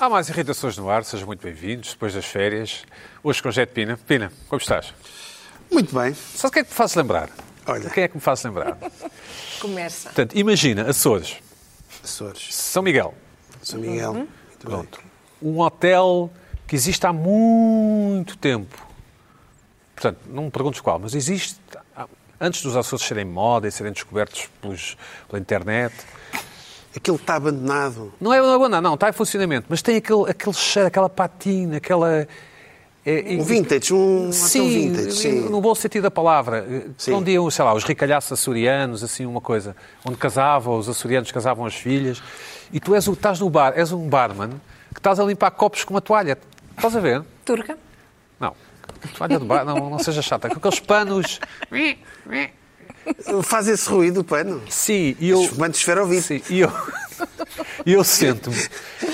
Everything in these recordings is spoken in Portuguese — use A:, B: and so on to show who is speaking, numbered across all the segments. A: Há mais irritações no ar, sejam muito bem-vindos, depois das férias. Hoje com o Jet Pina. Pina, como estás?
B: Muito bem.
A: Sabe quem é que me faz lembrar?
B: Olha.
A: Quem é que me faz lembrar?
C: Começa.
A: Portanto, imagina Açores,
B: Açores,
A: São Miguel,
B: São Miguel. Muito bem.
A: Pronto. um hotel que existe há muito tempo. Portanto, não me perguntes qual, mas existe há- antes dos Açores serem moda e serem descobertos pelos- pela internet.
B: Aquilo está abandonado.
A: Não é não, não, não, está em funcionamento, mas tem aquele, aquele cheiro, aquela patina, aquela. é-
B: Um
A: e-
B: vintage, um hotel
A: Sim,
B: vintage. Sim.
A: no bom sentido da palavra.
B: Sim.
A: Onde iam, sei lá, os ricalhaços açorianos, assim, uma coisa. Onde casavam, os açorianos casavam as filhas. E tu és o, estás no bar, és um barman que estás a limpar copos com uma toalha. Estás a ver?
C: Turca.
A: Não. Toalha do bar, não, não seja chata. Com aqueles panos.
B: Faz esse ruído o pano.
A: Sim, e eu.
B: Esses fumantes esferovite.
A: Sim, e eu. E eu sento-me.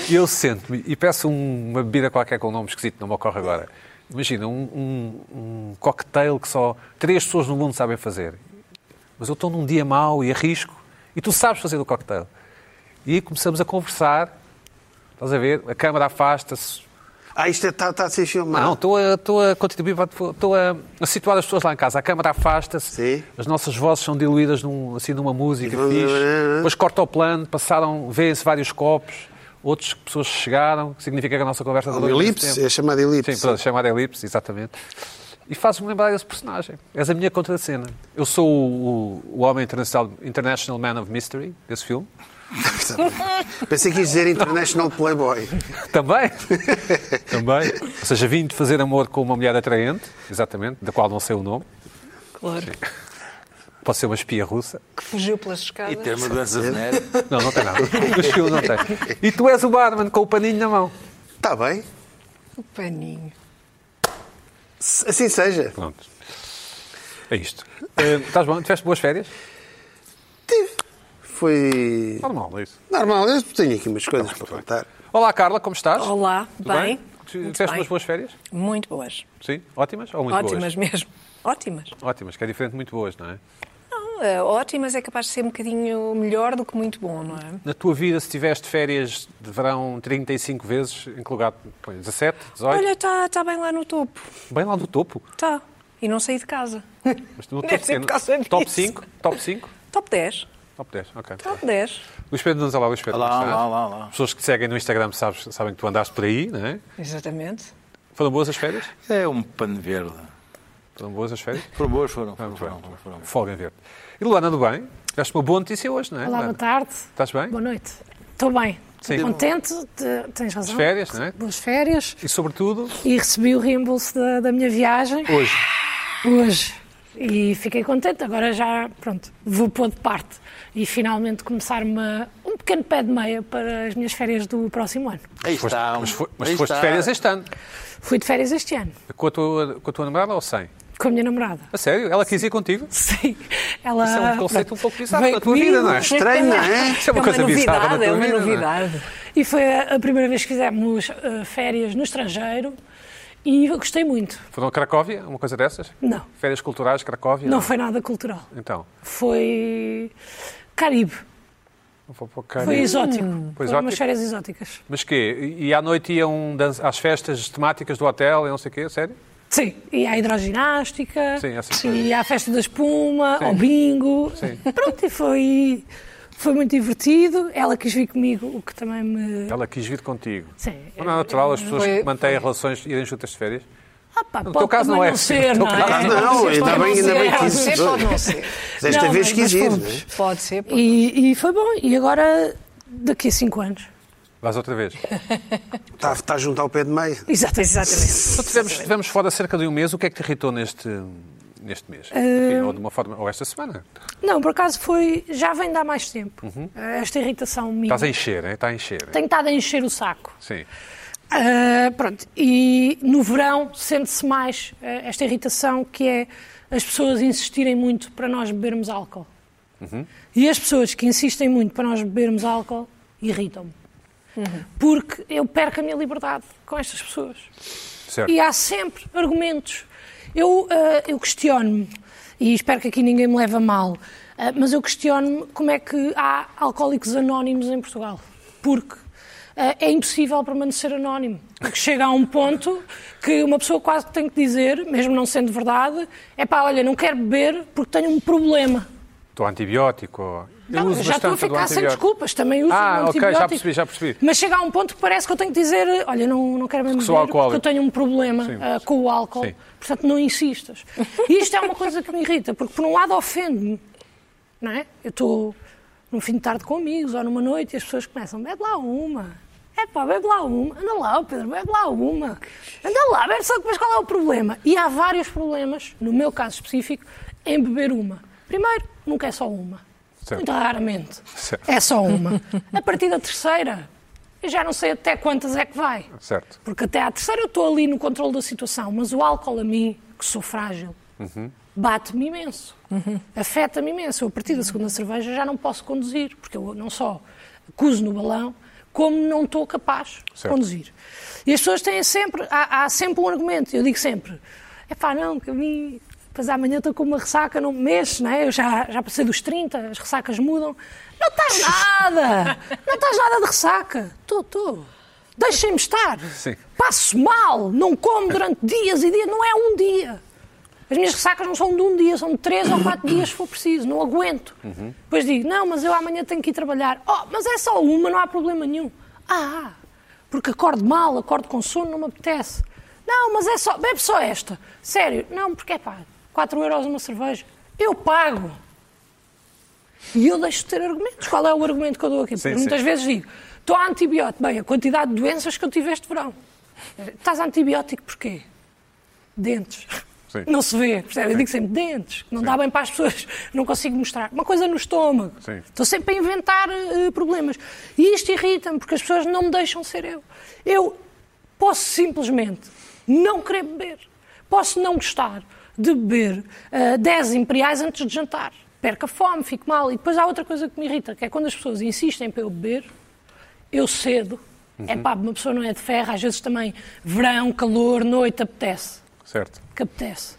A: E eu sento-me e peço um- uma bebida qualquer com um nome esquisito, não me ocorre agora. Imagina, um, um, um cocktail que só três pessoas no mundo sabem fazer. Mas eu estou num dia mau e arrisco, e tu sabes fazer o cocktail. E aí começamos a conversar, estás a ver? A câmara afasta-se.
B: Ah, isto está a ser
A: Não,
B: filmado.
A: estou a, estou a contribuir, para- estou a, a situar as pessoas lá em casa. A câmara afasta-se,
B: Sim.
A: as nossas vozes são diluídas num, assim, numa música
B: vamos-
A: fixe. Depois corta o plano, passaram, vêem-se vários copos, outras pessoas chegaram, que significa que a nossa conversa
B: Uma
A: durou imenso
B: elipse,
A: tempo.
B: é chamada elipse.
A: Sim, pronto, chamada elipse, exatamente. E fazes-me lembrar desse personagem. És a minha contracena. Eu sou o, o- o homem internacional, International Man of Mystery, desse filme.
B: Pensei que ia dizer International Playboy.
A: Também. Também. Ou seja, vim de fazer amor com uma mulher atraente, exatamente, da qual não sei o nome.
C: Claro.
A: Pode ser uma espia russa.
C: Que fugiu pelas escadas.
D: E ter uma doença venérea.
A: Não, não tem nada. Os filmes não têm. E tu és o barman com o paninho na mão.
B: Está bem.
C: O paninho.
B: S- Assim seja.
A: Pronto. É isto. Eh, estás bom? Tiveste boas férias?
B: Foi
A: Normal, é isso.
B: normal. Eu tenho aqui umas coisas para contar.
A: Olá, Carla, como estás?
C: Olá,
A: Tudo
C: bem?
A: Tu-
C: Muito
A: Tiveste
C: bem.
A: umas boas férias?
C: Muito boas.
A: Sim. Ótimas ou muito
C: ótimas
A: boas?
C: mesmo. Ótimas.
A: Ótimas, que é diferente de muito boas, não é?
C: Não, eh, ótimas é capaz de ser um bocadinho melhor do que muito bom, não é?
A: Na tua vida, se tiveste férias de verão 35 vezes, em que lugar põe? 17, 18?
C: Olha, está tá bem lá no topo.
A: Bem lá no topo.
C: Está. E não saí de casa.
A: Mas no
C: Deve
A: topo
C: ser
A: quê?
C: por causa
A: Top
C: disso.
A: 5? Top 5?
C: Top 10.
A: Top 10, ok.
C: Top 10.
A: Luís Pedro Nunes, olá, Luís Pedro.
D: Olá,
A: como estás?
D: olá, olá, olá.
A: As pessoas que te seguem no Instagram sabes, sabem que tu andaste por aí, não é?
C: Exatamente.
A: Foram boas as férias?
D: É um pano verde.
A: Foram boas as férias?
D: Foram boas, foram. foram,
A: Vamos bem.
D: foram, foram, foram.
A: Folga em verde. E Luana, do bem? Tiveste uma boa notícia hoje, não é?
E: Olá,
A: Luana?
E: boa tarde.
A: Estás bem?
E: Boa noite. Estou bem.
A: Sim.
E: Contente, te- tens razão.
A: Boas férias, não é?
E: Boas férias.
A: E sobretudo,
E: E recebi o reembolso da, da minha viagem
A: hoje.
E: hoje. E fiquei contente. Agora já, pronto, vou pôr de parte. E finalmente começar uma, um pequeno pé de meia para as minhas férias do próximo ano.
D: Aí
A: Foste-
D: está.
A: mas fo- mas
D: Ah, aí
A: foste de
D: está.
A: férias este ano.
E: Fui de férias este ano,
A: Com a tua, com a tua namorada ou sem?
E: com a minha namorada.
A: A sério? Ela quis ir contigo?
E: Sim, ela.
A: Isso é um conceito um pouco bizarro
E: veio
A: na tua vida, não é?
E: comigo.
B: Estranho, não é?
A: Isso é uma coisa bizarra na
C: novidade,
A: tua
C: é uma
A: vida, não é?
C: novidade.
E: E foi a a primeira vez que fizemos eh, férias no estrangeiro e eu gostei muito.
A: Foram a Cracóvia, uma coisa dessas?
E: Não.
A: Férias culturais, Cracóvia?
E: Não foi nada cultural.
A: Então,
E: Foi Caribe.
A: vou para o Caribe.
E: Foi exótico.
A: Foi
E: Foi
A: exótico?
E: umas férias exóticas.
A: Mas quê? E à noite iam dan- às festas temáticas do hotel e não sei o quê? Sério?
E: Sim, e à hidroginástica,
A: Sim, essas coisas.
E: e à festa da espuma, ao bingo.
A: Sim.
E: Pronto, e foi, foi muito divertido. Ela quis vir comigo, o que também me.
A: Ela quis vir contigo.
E: Sim.
A: Mas Não é natural as pessoas
C: Foi-
A: que mantêm relações irem juntas de férias?
E: Ah, pá,
A: No
E: pode
A: teu caso
E: também
A: não é.
E: ser,
A: No teu
E: não é?
A: caso
B: Ah, não.
E: Pode ser,
B: Ainda
E: pode
B: bem-
E: não
B: ainda
E: ser.
B: bem que
C: Pode
B: isso-
C: ser, pode não ser.
B: Desta
E: Não,
B: vez
E: mas-
B: quis
E: mas
B: ir.
E: fomos.
B: não é?
C: Pode ser, pode
E: E, e foi bom. E agora, daqui a cinco anos.
A: Vais outra vez.
B: Está, está junto ao pé de meia.
E: Exato, exatamente.
A: Tu Então, tivemos, tivemos fora cerca de um mês. O que é que te irritou neste, neste mês?
E: Ah.
A: Enfim, ou de uma forma, ou esta semana?
E: Não, por acaso foi. Já vem de há mais tempo. Esta irritação minha.
A: Uhum. Estás a encher, hein? Está a encher. hein?
E: Tenho estado a encher o saco.
A: Sim.
E: Ah, pronto, e no verão sente-se mais ah, esta irritação que é as pessoas insistirem muito para nós bebermos álcool. E as pessoas que insistem muito para nós bebermos álcool irritam-me. Uhum. Porque eu perco a minha liberdade com estas pessoas.
A: Certo.
E: E há sempre argumentos. Eu, ah, eu questiono-me, e espero que aqui ninguém me leve a mal, eh, ah, mas eu questiono-me como é que há alcoólicos anónimos em Portugal. Porque eh, é impossível permanecer anónimo. Porque chega a um ponto que uma pessoa quase que tem que dizer, mesmo não sendo verdade, é pá, olha, não quero beber porque tenho um problema.
A: Do antibiótico. ou- Eu
E: Não,
A: uso
E: eu já estou a
A: bastante do
E: ficar sem
A: antibiótico.
E: desculpas, também uso
A: Ah,
E: um
A: ok,
E: antibiótico.
A: já percebi, já percebi.
E: Mas chega a um ponto que parece que eu tenho que dizer, olha, não, não quero mesmo
A: sou
E: beber porque eu
A: alcoólico.
E: tenho um problema
A: Sim.
E: ah, com o álcool,
A: Sim.
E: portanto não insistas. E isto é uma coisa que me irrita, porque por um lado ofende-me, não é? Eu estou num fim de tarde com amigos ou numa noite e as pessoas começam, bebe lá uma. É pá, bebe lá uma. Anda lá, ó Pedro, bebe lá uma. Anda lá, bebe só que mas qual é o problema? E há vários problemas, no meu caso específico, em beber uma. Primeiro, nunca é só uma.
A: Certo.
E: Muito raramente.
A: Certo.
E: É só uma. A partir da terceira, eu já não sei até quantas é que vai.
A: Certo.
E: Porque até à terceira eu estou ali no controle da situação, mas o álcool a mim, que sou frágil,
A: Uhum.
E: bate-me imenso, Uhum. afeta-me imenso. Eu, a partir da segunda cerveja já não posso conduzir, porque eu não só cuso no balão, como não estou capaz de
A: Certo.
E: conduzir. E as pessoas têm sempre, há, há sempre um argumento, eu digo sempre, é pá, não, que a mim... Pois amanhã estou com uma ressaca, não me mexe, não é? Eu já, já passei dos 30, as ressacas mudam. Não estás nada! Não estás nada de ressaca! Estou, estou. Deixem-me estar.
A: Sim.
E: Passo mal, não como durante dias e dias, não é um dia. As minhas ressacas não são de um dia, são de três ou quatro dias se for preciso, não aguento. Depois digo, não, mas eu amanhã tenho que ir trabalhar. Oh, mas é só uma, não há problema nenhum. Ah, porque acordo mal, acordo com sono, não me apetece. Não, mas é só, bebe só esta. Sério, não, porque é pá, 4 euros uma cerveja. Eu pago. E eu deixo de ter argumentos. Qual é o argumento que eu dou aqui? Porque
A: sim.
E: muitas vezes digo, estou a antibiótico. Bem, a quantidade de doenças que eu tive este verão. Estás a antibiótico porquê? Dentes.
A: Sim.
E: Não se vê, percebe? Eu digo sempre dentes, que não dá bem para as pessoas, não consigo mostrar. Uma coisa no estômago.
A: Sim.
E: Estou sempre a inventar eh, problemas. E isto irrita-me, porque as pessoas não me deixam ser eu. Eu posso simplesmente não querer beber. Posso não gostar de beber eh, 10 imperiais antes de jantar. Perco a fome, fico mal. E depois há outra coisa que me irrita, que é quando as pessoas insistem para eu beber, eu cedo. É pá, uma pessoa não é de ferro, às vezes também verão, calor, noite, apetece
A: Certo.
E: que apetece.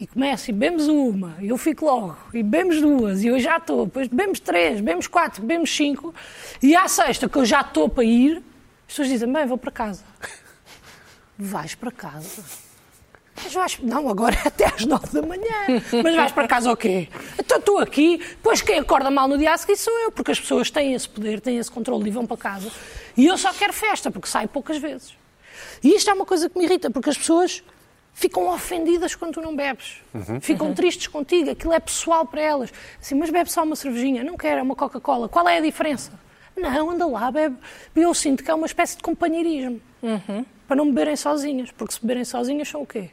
E: E começa, e bebemos uma, e eu fico logo, e bebemos duas, e eu já estou, depois bebemos três, bebemos quatro, bebemos cinco, e à sexta, que eu já estou para ir, as pessoas dizem, bem, vou para casa. Vais para casa. Mas vais, não, agora é até às nove da manhã. Mas vais para casa o quê? Então estou aqui, pois quem acorda mal no dia a seguir sou eu, porque as pessoas têm esse poder, têm esse controle e vão para casa. E eu só quero festa, porque saio poucas vezes. E isto é uma coisa que me irrita, porque as pessoas ficam ofendidas quando tu não bebes. Ficam tristes contigo, aquilo é pessoal para elas. Assim, mas bebe só uma cervejinha, não quero, é uma Coca-Cola. Qual é a diferença? Não, anda lá, bebe. Eu sinto que é uma espécie de companheirismo. Para não beberem sozinhas, porque se beberem sozinhas são o quê?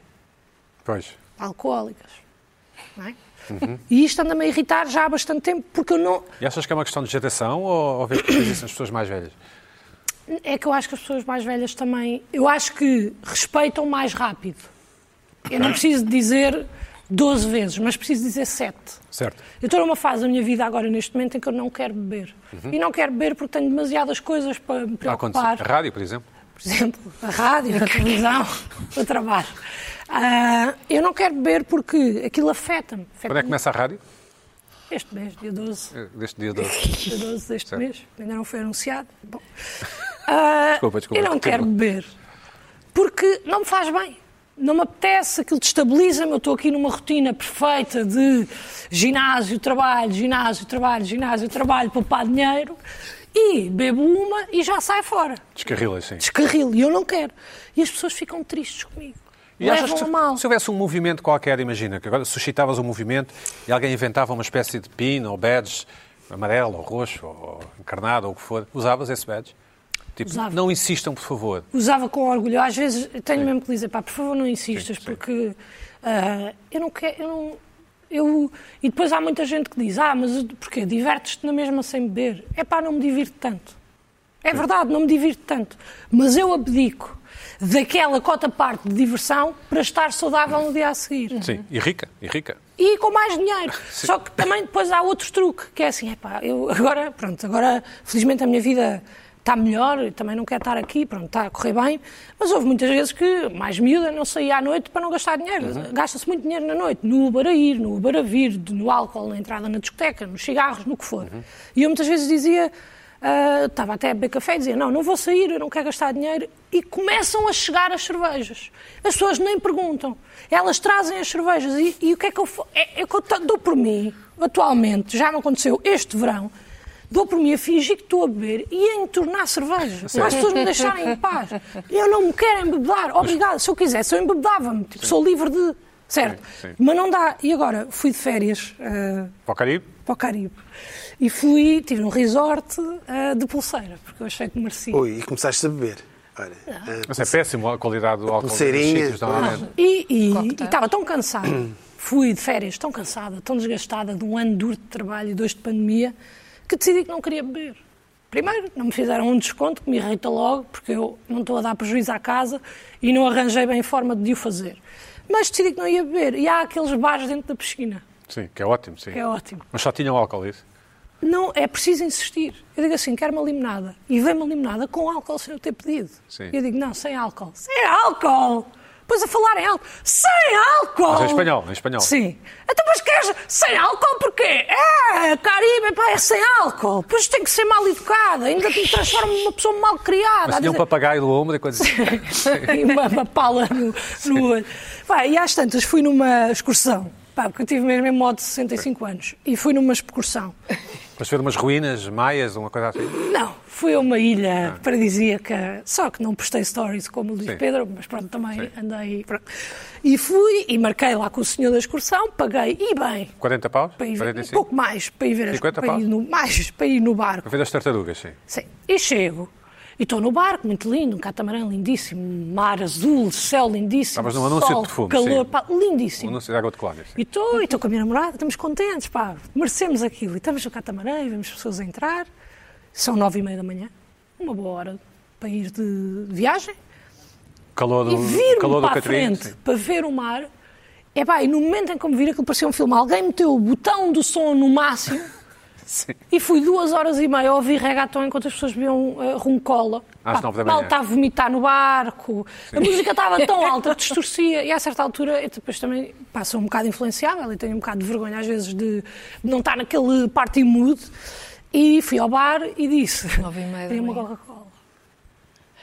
A: Pois.
E: alcoólicas. Não é?
A: Uhum.
E: E isto anda-me a irritar já há bastante tempo, porque eu não.
A: E achas que é uma questão de geração ou, ou vês que existem as pessoas mais velhas?
E: É que eu acho que as pessoas mais velhas também. Eu acho que respeitam mais rápido. Eu não preciso dizer 12 vezes, mas preciso dizer 7.
A: Certo.
E: Eu estou numa fase da minha vida agora, neste momento, em que eu não quero beber. E não quero beber porque tenho demasiadas coisas para me
A: Está a Uhum. acontecer.
E: preocupar.
A: A rádio, por exemplo.
E: por exemplo, a rádio, a televisão, o trabalho. Ah, eu não quero beber porque aquilo afeta-me.
A: Quando é que
E: Afeta-me
A: começa a rádio?
E: este mês, dia 12.
A: Eh, Deste dia 12.
E: dia 12 deste
A: Certo.
E: mês, ainda não foi anunciado. Bom. Ah,
A: Desculpa, desculpa.
E: Eu não quero
A: Continua.
E: beber, porque não me faz bem. Não me apetece, aquilo destabiliza-me. Eu estou aqui numa rotina perfeita de ginásio, trabalho, ginásio, trabalho, ginásio, trabalho, poupar dinheiro. E bebo uma e já sai fora.
A: Descarrilas, sim.
E: Descarrilo. E eu não quero. E as pessoas ficam tristes comigo.
A: E achas que
E: Levam a
A: se,
E: mal.
A: se houvesse um movimento qualquer, imagina, que agora suscitavas um movimento e alguém inventava uma espécie de pin ou badge amarelo ou roxo ou encarnado ou o que for, usavas esse badge? Tipo,
E: Usava.
A: não insistam, por favor.
E: usava com orgulho. Eu, Às vezes tenho mesmo que lhe dizer, pá, por favor não insistas,
A: Sim, sim.
E: porque ah, eu não quero, eu não- eu- E depois há muita gente que diz, ah, mas porquê? Divertes-te na mesma sem beber. É pá, não me divirto tanto. É verdade, não me divirto tanto. Mas eu abdico daquela cota parte de diversão para estar saudável no dia a seguir
A: Sim, e rica, e rica.
E: e com mais dinheiro. Só que também depois há outro truque, que é assim, epá, eu agora, pronto, agora felizmente a minha vida está melhor, eu também não quero estar aqui, pronto, está a correr bem, mas houve muitas vezes que, mais miúda, não saía à noite para não gastar dinheiro. Gasta-se muito dinheiro na noite, no Uber a ir, no Uber a vir, no álcool, na entrada na discoteca, nos cigarros, no que for. E eu muitas vezes dizia, ah, estava até a beber café e dizia, não, não vou sair, eu não quero gastar dinheiro. E começam a chegar as cervejas. As pessoas nem perguntam. Elas trazem as cervejas. E, e o que é que eu, fa- é, é que eu ta- dou por mim, atualmente, já me aconteceu este verão, dou por mim a fingir que estou a beber e a entornar cerveja. Para as pessoas me deixarem em paz. Eu não me quero embebedar. Obrigado. Se eu quisesse, eu embebedava-me. Tipo, sou livre de... Certo.
A: Sim, sim.
E: Mas não dá. E agora, fui de férias... ah,
A: Para o Caribe?
E: para o Caribe. E fui, tive um resort ah, de pulseira, porque eu achei que merecia.
B: Ui, e começaste a beber. Olha, ah,
A: Mas é péssimo a qualidade do álcool. dos
B: Pulseirinha.
A: sítios, normalmente.
E: Ah, E e- e estava tão cansada, fui de férias tão cansada, tão desgastada de um ano duro de trabalho e dois de pandemia, que decidi que não queria beber. Primeiro, não me fizeram um desconto, que me irrita logo, porque eu não estou a dar prejuízo à casa e não arranjei bem forma de o fazer. Mas decidi que não ia beber. E há aqueles bares dentro da piscina,
A: Sim, que é ótimo, sim.
E: que é ótimo.
A: Mas só tinham álcool, é isso?
E: Não, é preciso insistir. Eu digo assim, quero uma limonada. E vem uma limonada com álcool sem eu ter pedido.
A: Sim.
E: E eu digo, não, sem álcool. Sem álcool! Pois a falar em álcool. Sem álcool!
A: Mas em espanhol, em espanhol.
E: Sim. Então, mas queres sem álcool porquê? É, Caribe, pá, é sem álcool. Pois tem que ser mal educada. Ainda te transforma numa pessoa mal criada.
A: Mas
E: A
A: tinham um
E: dizer-
A: papagaio do ombro e coisas assim.
E: e uma, uma pala no, no olho. Pá, e às tantas fui numa excursão, pá, porque eu tive mesmo em modo de 65 anos, e fui numa excursão.
A: Mas ver umas ruínas maias, uma coisa assim.
E: Não, fui a uma ilha paradisíaca, só que não postei stories como o Luís
A: Ah. Sim.
E: Pedro, mas pronto, também
A: Sim.
E: andei. pronto. E fui e marquei lá com o senhor da excursão, paguei e bem.
A: 40 paus?
E: Para ir ver, um
A: 45?
E: pouco mais para ir ver as,
A: 50
E: para ir
A: paus?
E: no, mais para ir no barco.
A: Para ver as tartarugas, sim.
E: Sim. E chego. E estou no barco, muito lindo, um catamarã lindíssimo, um mar azul, céu lindíssimo.
A: Estavas num anúncio
E: sol,
A: de perfume,
E: calor,
A: sim. Um
E: pá, lindíssimo.
A: Ou não sei, água de colónias.
E: E estou, e estou com a minha namorada, estamos contentes, pá, merecemos aquilo. E estamos no catamarã e vemos pessoas a entrar, são nove e meia da manhã, uma boa hora para ir de viagem.
A: Calor
E: E
A: do,
E: vir-me
A: Então, calor do
E: para a
A: Catrinho.
E: frente para ver o mar, é pá, e no momento em que eu me vi aquilo parecia um filme, alguém meteu o botão do som no máximo
A: Sim.
E: e fui duas horas e meia a ouvir reggaeton enquanto as pessoas bebiam uh, roncola.
A: Às
E: Pá,
A: nove da
E: mal
A: manhã.
E: estava a vomitar no barco. A música estava tão alta, distorcia. E a certa altura, eu depois também pá, sou um bocado influenciável e tenho um bocado de vergonha às vezes de não estar naquele party mood. E fui ao bar e disse:
C: Nove e meia da
E: Queria uma
C: manhã."
E: Coca-Cola.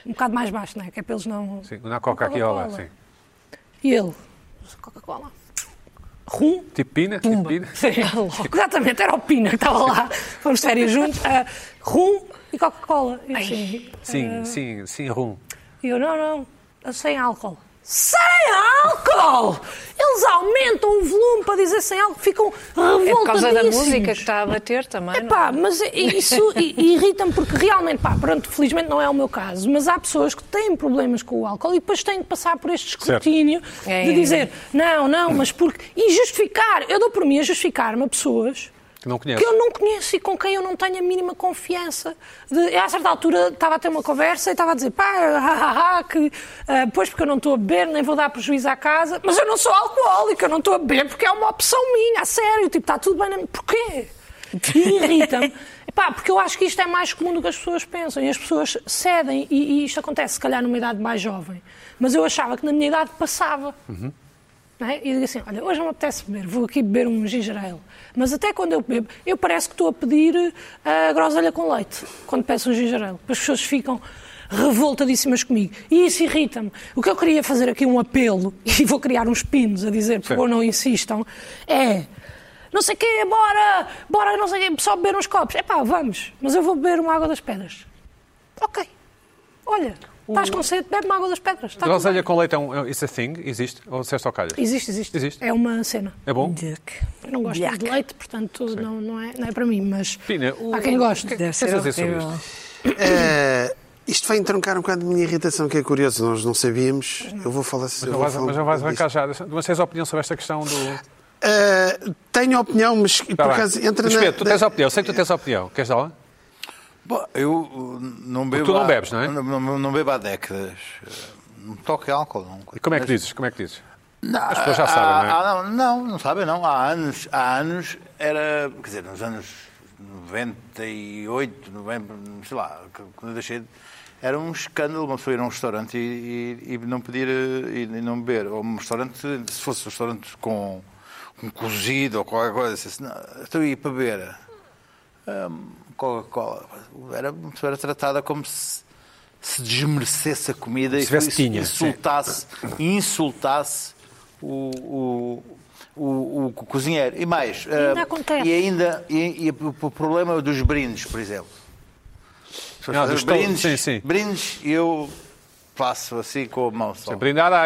E: Um bocado mais baixo, não é? Que é para eles não.
A: Sim, na coca aqui ao lado,
E: Coca-Cola.
A: sim.
E: E ele: Coca-Cola. Rum,
A: Tipo pina, tipo pina.
E: Sim, exatamente, era o Pina que estava lá, fomos de férias juntos, ah, rum e Coca-Cola. E eu assim,
A: Sim, sim, sim, rum.
E: e eu, não, não, eu sem álcool. Sem álcool! Eles aumentam o volume para dizer sem álcool, ficam revoltadíssimos.
C: É por causa da música que está a bater também, não é?
E: Epá, mas isso i- irrita-me porque realmente, pá, pronto, felizmente não é o meu caso, mas há pessoas que têm problemas com o álcool e depois têm que passar por este escrutínio
C: É,
E: de
C: é.
E: dizer não, não, mas porque. E justificar, eu dou por mim a justificar-me a pessoas
A: Que não conheces.
E: que eu não conheço e com quem eu não tenho a mínima confiança. De, a certa altura estava a ter uma conversa e estava a dizer, pá, ah, ah, ah, que, ah, pois porque eu não estou a beber, nem vou dar prejuízo à casa, mas eu não sou alcoólica, eu não estou a beber porque é uma opção minha, a sério, tipo, está tudo bem na minha... Porquê? E Irrita-me. Epá, porque eu acho que isto é mais comum do que as pessoas pensam e as pessoas cedem e, e isto acontece se calhar numa idade mais jovem. Mas eu achava que na minha idade passava. Não é? E eu digo assim, olha, hoje não me apetece beber, vou aqui beber um ginger ale. Mas até quando eu bebo, eu parece que estou a pedir a groselha com leite, quando peço um ginger ale. As pessoas ficam revoltadíssimas comigo. E isso irrita-me. O que eu queria fazer aqui um apelo, e vou criar uns pinos a dizer, por favor, não insistam, é... Não sei o quê, bora, bora, não sei o quê, só beber uns copos. É pá, vamos, mas eu vou beber uma água das pedras. Ok. Olha, estás com sede, bebe uma água das pedras. Está tudo
A: Groselha
E: bem.
A: com leite é um. é- It's a thing? Existe? Ou disseste ao calhas?
E: Existe, existe,
A: Existe.
E: É uma cena.
A: É bom?
E: Eu não gosto muito de leite, portanto não, não, é, não é para mim, mas
A: Pina, o-
E: há quem goste.
A: Deve ser dizer sobre isto?
B: eh, isto vai entroncar um bocado a minha irritação, que é curioso, nós não sabíamos. Eu vou falar
A: Mas não vais, mas não vais arrancar já. Mas tens opinião sobre esta questão do.
B: Uh, tenho opinião, mas
A: Tá
B: por
A: bem.
B: acaso entra
A: Mas,
B: na. É.
A: Pedro, tu tens opinião, sei que tu tens opinião. Queres dá-la?
D: Bom, eu uh, não bebo.
A: tu não
D: há-
A: bebes, não é?
D: Não, não- não bebo há décadas. Uh, Não toco em álcool. Não.
A: E como é que dizes? Como é que dizes?
D: Não, As
A: pessoas já sabem, não é?
D: Ah, não, não, não sabem, não. Há anos, há anos era. Quer dizer, nos anos 98, 90, sei lá, que- quando eu deixei. de- Era um escândalo uma pessoa ir a um restaurante e, e- e não pedir eh, e, e não beber. Ou um restaurante, se fosse um restaurante com, com cozido ou qualquer coisa, assim, não, estou a ir para então beber. Ah, hum, Coca-Cola. Era, a pessoa era tratada como se, se desmerecesse a comida
A: se tivesse
D: e
A: tinha,
D: insultasse, insultasse o, o, o, o cozinheiro. E mais,
E: Ainda
D: hum,
E: acontece.
D: e ainda e- e o o problema dos brindes, por exemplo. As pessoas
A: Ah,
D: fazem
A: dos tolos,
D: brindes,
A: sim, sim.
D: brindes e eu passo assim com a mão só.
A: Brindar à, à,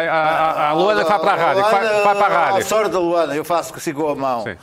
A: à Ah, Luana que vai para a rádio. que Vai,
D: Luana,
A: vai para a rádio.
D: sorte da Luana, eu faço assim com a mão.
A: Sim.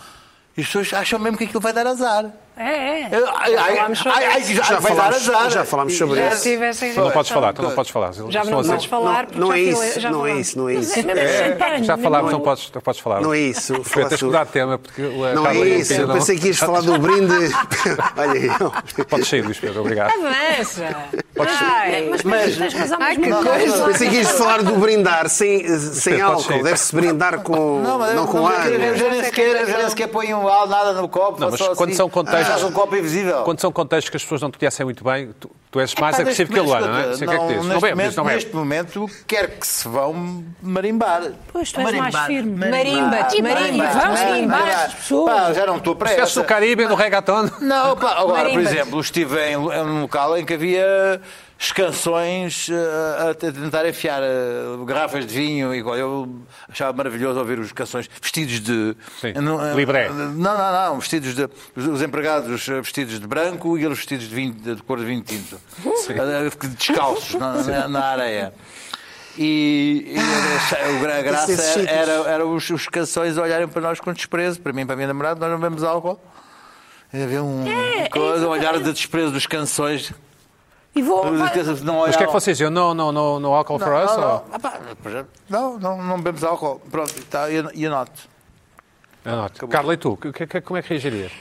D: E as pessoas acham mesmo que aquilo vai dar azar.
E: É, é.
D: Eu- ai, ai,
C: falámos sobre
D: ai, ai,
B: Já
D: vai dar
B: falámos-
D: azar.
B: já falámos sobre
D: E- é
B: isso.
C: Já tive essa
A: Tu não
C: irritação.
A: podes falar, tu não assim- podes falar.
C: Já não podes falar porque
B: não
C: já
B: é
C: fui-
B: isso,
C: já
B: não é
C: falámos.
B: isso, não é isso.
E: Mas
C: assim,
E: é champanhe,
A: Já
E: não é
A: falámos,
E: bom.
A: não podes, não podes falar.
B: Não é isso.
A: Espera, Tens que
B: Faço-
A: mudar de tema porque a
B: Não é
A: Carla
B: isso.
A: ainda
B: Eu
A: tá não-
B: pensei que ias falar do brinde. Olha aí.
A: Podes sair, Luís Pedro, obrigado.
C: Avança! é Ai,
E: É, Mas, mas tens razão, mas
C: Ai, que
E: não-
C: coisa.
E: não-
B: Pensei que ias falar do brindar sem, sem
A: Pedro, pode
B: álcool.
A: sair.
B: Deve-se brindar com. Não,
D: mas eu-
B: com né?
D: eu- Eu
B: água.
D: já nem sequer, eu já nem sequer ponho um al nada no copo.
A: Não,
D: faço
A: mas
D: só
A: quando
D: assim.
A: são contextos-
D: Faz um copo invisível.
A: Quando são contextos que as pessoas não te conhecem muito bem, tu, tu és mais
D: Pá,
A: agressivo que a
D: neste
A: Luana, não é?
D: momento,
A: Sei o que é que dizes. Não
D: neste
A: bebes, diz,
D: momento-
A: não bebes.
D: Neste momento, quero que se vão marimbar. Ah,
E: Pois, tu és mais firme.
C: Marimba-te,
E: marimba-te,
D: Vão
E: marimba-te as pessoas.
D: já não estou para
A: Se é estivesse
D: essa.
A: no Caribe, no reggaeton,
D: Não, pá, agora, por
C: Marimba-te.
D: exemplo, estive em, em um local em que havia escanções eh, a, a tentar enfiar eh, garrafas de vinho. Igual. Eu achava maravilhoso ouvir os canções vestidos de...
A: Sim,
D: Não, eh,
A: libré.
D: Não, não, não, vestidos de... Os os empregados eh, vestidos de branco e eles vestidos de, vinho, de cor de vinho tinto. Eh, Descalços na, na- na areia. E, e eu achei- a graça
B: Ah, Esses sítios.
D: era, era os, os canções olharem para nós com desprezo, para mim, para a minha namorada, nós não bebemos álcool. Havia um,
E: É, é
D: coisa, um olhar
E: exatamente.
D: de desprezo dos canções.
E: E vou.
B: Hum,
D: Não
A: mas o que é que
D: olhavam.
A: vocês diziam? Não, não, não, no alcohol for us?
D: Não,
A: ou-
D: não. Ah, pá, por exemplo, não, não, não bebemos álcool. Pronto, tá, e e anoto.
A: Não, não. Carla, e tu? Que- que- que- como é que reagirias?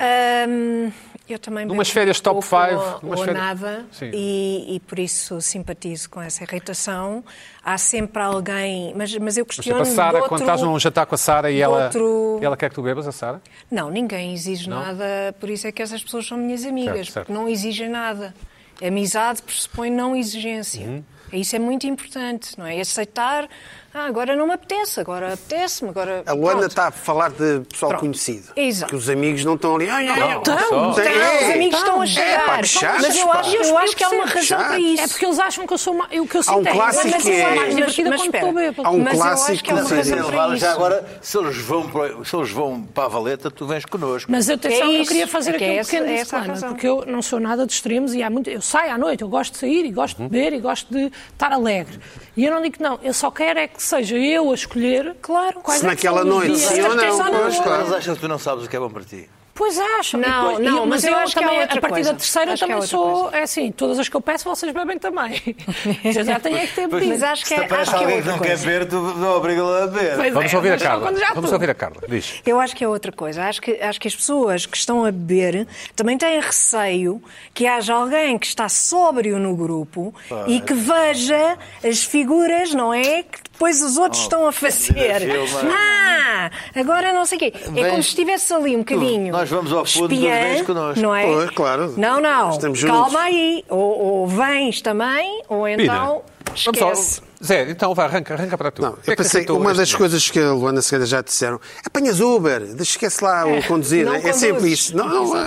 C: Hum, eu também bebo
A: Numas férias top
C: pouco
A: five,
C: ou,
A: numas
C: ou
A: férias-
C: nada
A: Sim.
C: e, e por isso simpatizo com essa irritação. Há sempre alguém, mas, mas eu
A: Mas, tipo,
C: questiono
A: a Sara,
C: de outro...
A: quando estás num jantar com a Sara e
C: do
A: ela,
C: outro-
A: e ela quer que tu bebas, a Sara?
C: Não, ninguém exige nada, por isso é que essas pessoas são minhas amigas,
A: Certo, certo.
C: porque não exigem nada. Amizade pressupõe não exigência.
D: Uhum.
C: E Isso é muito importante, não é? E Aceitar, ah, agora não me apetece, agora apetece-me, agora.
B: A Luana tá-
C: Pronto.
B: está a falar de pessoal
C: Pronto.
B: conhecido.
C: Exato.
B: Que os amigos não estão ali. Ai, ai, ai.
E: Então,
B: Tem-
C: Ah, os
B: É,
C: amigos estão
B: É, pá,
C: a chegar.
B: que chatos,
C: mas eu
B: pá.
C: acho, eu acho que há uma razão para isso.
E: É porque eles acham que eu sou uma, eu que eu
B: Há um
E: sinto é isso.
B: clássico
E: mas
B: que
E: eu sou
B: é-
E: mais divertida
C: Mas
E: quando
C: espera.
E: estou bêbada.
B: Há um
C: Mas eu acho
B: clássico
C: que há É uma
B: que
D: Sim,
B: diz-
D: sim,
C: razão para
D: levaram-
C: isso.
D: já agora, se eles, vão para, se eles vão para a valeta, tu vens connosco.
E: Mas atenção,
C: É
E: eu
C: isso,
E: queria fazer
C: é que
E: aqui um
C: é essa-
E: pequeno
C: é essa a
E: disclaimer,
C: razão.
E: porque eu não sou nada de extremos e há muito. Eu saio à noite, eu gosto de sair e gosto
B: Uhum.
E: de beber e gosto de estar alegre. E eu não digo que não, eu só quero é que seja eu a escolher. Claro, quais
B: Se
E: é que são
B: naquela
E: os
B: noite,
E: dias.
B: sim ou não,
E: Atenção,
B: pois, claro.
D: Eles acham que tu não sabes o que é bom para ti.
E: Pois acham.
C: Não,
E: E depois-
C: não,
E: e-
C: mas eu acho que há
E: também,
C: outra
E: é a partir
C: coisa.
E: da terceira, eu
C: Acho que há
E: também
C: outra
E: sou.
C: coisa.
E: É assim, todas as que eu peço, vocês bebem também. Eu já tenho é que ter bebido.
C: Mas acho que
D: se
C: é,
D: te aparece
C: acho que é
D: alguém que
C: outra
D: não quer
C: coisa.
D: ver, tu não obriga-la a ver.
E: Pois é,
A: Vamos ouvir a
E: mas só
A: Carla.
E: quando já
A: Vamos
E: estou.
A: ouvir a Carla. Diz.
C: Eu acho que é outra coisa. Acho que, acho que as pessoas que estão a beber também têm receio que haja alguém que está sóbrio no grupo e que veja as figuras, não é? Que depois os outros
B: Oh,
C: estão a fazer.
D: filma.
C: Ah, agora não sei o quê. É
D: Vens-
C: como se estivesse ali um bocadinho.
D: Hum, nós vamos ao fundo, mas
C: espiã,
D: vens connosco.
C: Não é?
B: Pois, claro.
C: Não, não.
B: Estamos
C: Calma
B: juntos.
C: aí. Ou, ou vens também, ou então
A: Vamos lá.
C: esquece.
A: Zé, então vai, arranca, arranca para tu.
B: Não,
A: O que
B: eu
A: é que
B: pensei,
A: aceitou
B: uma
A: este
B: das
A: momento?
B: coisas que a Luana Segreira já te disseram, apanhas Uber, deixa- esquece lá o conduzir,
C: não
B: é é sempre
C: conduzes.
B: isso. Não, não, é-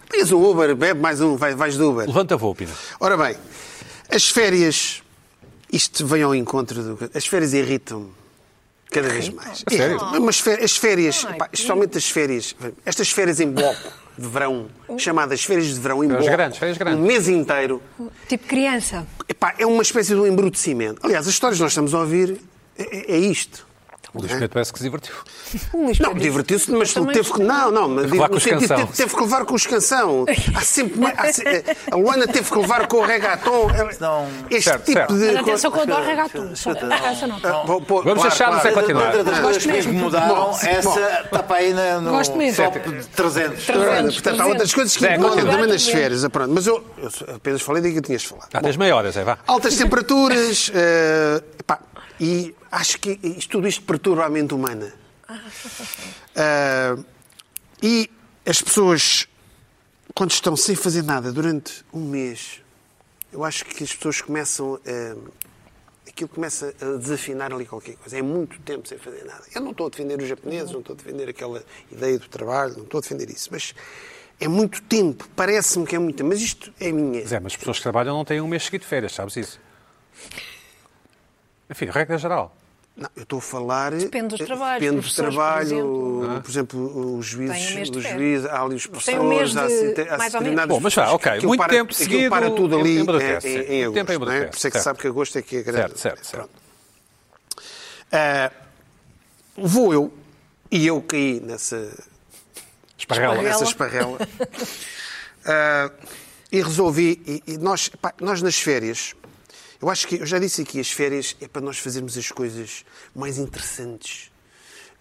B: apanhas um Uber, bebe mais um, vai- vais do Uber.
A: Levanta a voo, Pina.
B: Ora bem, as férias, isto vem ao encontro do. As férias irritam-me cada vez mais.
A: A sério?
B: Irritam-me. Mas fe- as férias,
C: Ai,
B: pá,
C: que-
B: especialmente as férias, estas férias em bloco de verão,
E: Hum.
B: chamadas férias de verão em
A: Férias
B: bloco,
A: grandes, férias grandes.
B: um mês inteiro,
C: Tipo criança.
B: epá, é uma espécie de um embrutecimento. Aliás, as histórias que nós estamos a ouvir é, é- é isto.
A: O Luís Pedro parece que se divertiu.
B: Não, divertiu-se, mas
C: Também
B: teve que. Não, não, mas
A: Levar com
B: no sentido de-
A: escansão.
B: teve, que levar com os canção. Há sempre. mais- há se- eh, a Luana teve que levar com o reggaeton.
D: Não.
B: Este
A: Certo,
B: tipo
A: certo.
B: de.
E: Mas atenção que eu adoro
D: Escuta,
E: regato. Só-
D: escuta, não.
E: Essa não.
B: Ah, vou pôr-
A: Vamos deixar no Zé continuar.
D: Outra das coisas que
E: mesmo.
D: mudaram,
B: Bom,
D: essa está para aí na- no
E: Gosto mesmo.
D: top de 300.
B: Portanto, há outras coisas que
A: Zé,
B: incomodam
A: continua.
B: também nas férias. ah, pronto. Mas eu, eu apenas falei daquilo que tinhas falado.
A: Ah, tens meia hora, Zé, vá.
B: Altas temperaturas. eh, pá, e acho que isto- tudo isto perturba a mente humana. Ah, e as pessoas, quando estão sem fazer nada durante um mês, eu acho que as pessoas começam a. Aquilo começa a desafinar ali qualquer coisa. É muito tempo sem fazer nada. Eu não estou a defender os japoneses, não estou a defender aquela ideia do trabalho, não estou a defender isso. Mas É muito tempo, parece-me que é muito tempo, mas isto é minha.
A: Zé, mas as pessoas que trabalham não têm um mês seguido de férias, sabes isso? Enfim, regra geral.
B: Não, eu estou a falar. eh,
C: Depende dos trabalhos.
B: Depende do
C: Professores, por
B: trabalho. Por exemplo, os juízes,
C: Têm um mês de
B: os
C: férias.
B: juízes, há ali os
C: Têm um mês
B: professores, há
C: de-
B: se- há
C: mais ou menos.
B: determinadas
A: Bom, mas vá,
B: pessoas
A: ok,
B: que aquilo
A: muito
B: para,
A: tempo
B: aquilo
A: seguido,
B: para tudo ali
A: em- em Budapeste,
B: em,
A: sim.
B: em
A: Muito
B: agosto.
A: tempo em
B: não é? Por
A: Budapeste,
B: isso é que
A: certo.
B: sabe que agosto é que é grande.
A: Certo, certo, certo.
B: Pronto. Ah, vou eu, e eu caí nessa,
A: Esparrela.
B: essa esparrela. Ah, e resolvi, e, e nós, pá, nós nas férias, eu acho que, eu já disse aqui, as férias é para nós fazermos as coisas mais interessantes.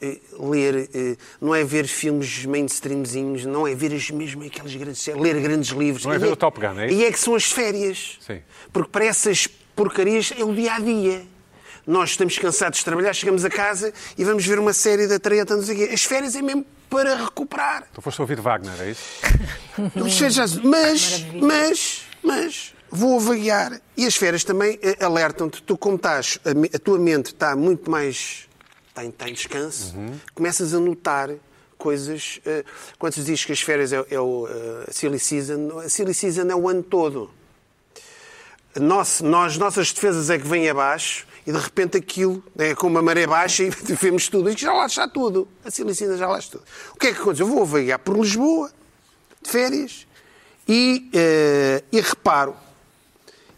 B: Eh, Ler, eh, não é ver filmes mainstreamzinhos, não é ver as mesmas aquelas grandes séries, ler grandes livros.
A: Não é
B: E
A: ver o Top Gun, é isso?
B: E é que são as férias.
A: Sim.
B: Porque para essas porcarias é o dia a dia. Nós estamos cansados de trabalhar, chegamos a casa e vamos ver uma série da treta, não sei o quê. As férias é mesmo para recuperar.
A: Tu foste ouvir Wagner, é isso?
B: Não seja azul. Mas, mas, mas, vou avaliar. E as férias também eh, alertam-te. Tu, como estás, a, me- a tua mente está muito mais. está em, está em descanso, começas a notar coisas. eh, quando se diz que as férias é, é o eh, silly season, a silly season é o ano todo. Nós, nós, nossas defesas é que vêm abaixo e de repente aquilo é com uma maré baixa e vemos tudo. E já lá está tudo. A silly season já lá está tudo. O que é que aconteceu? Eu vou avaliar por Lisboa de férias e, eh, e reparo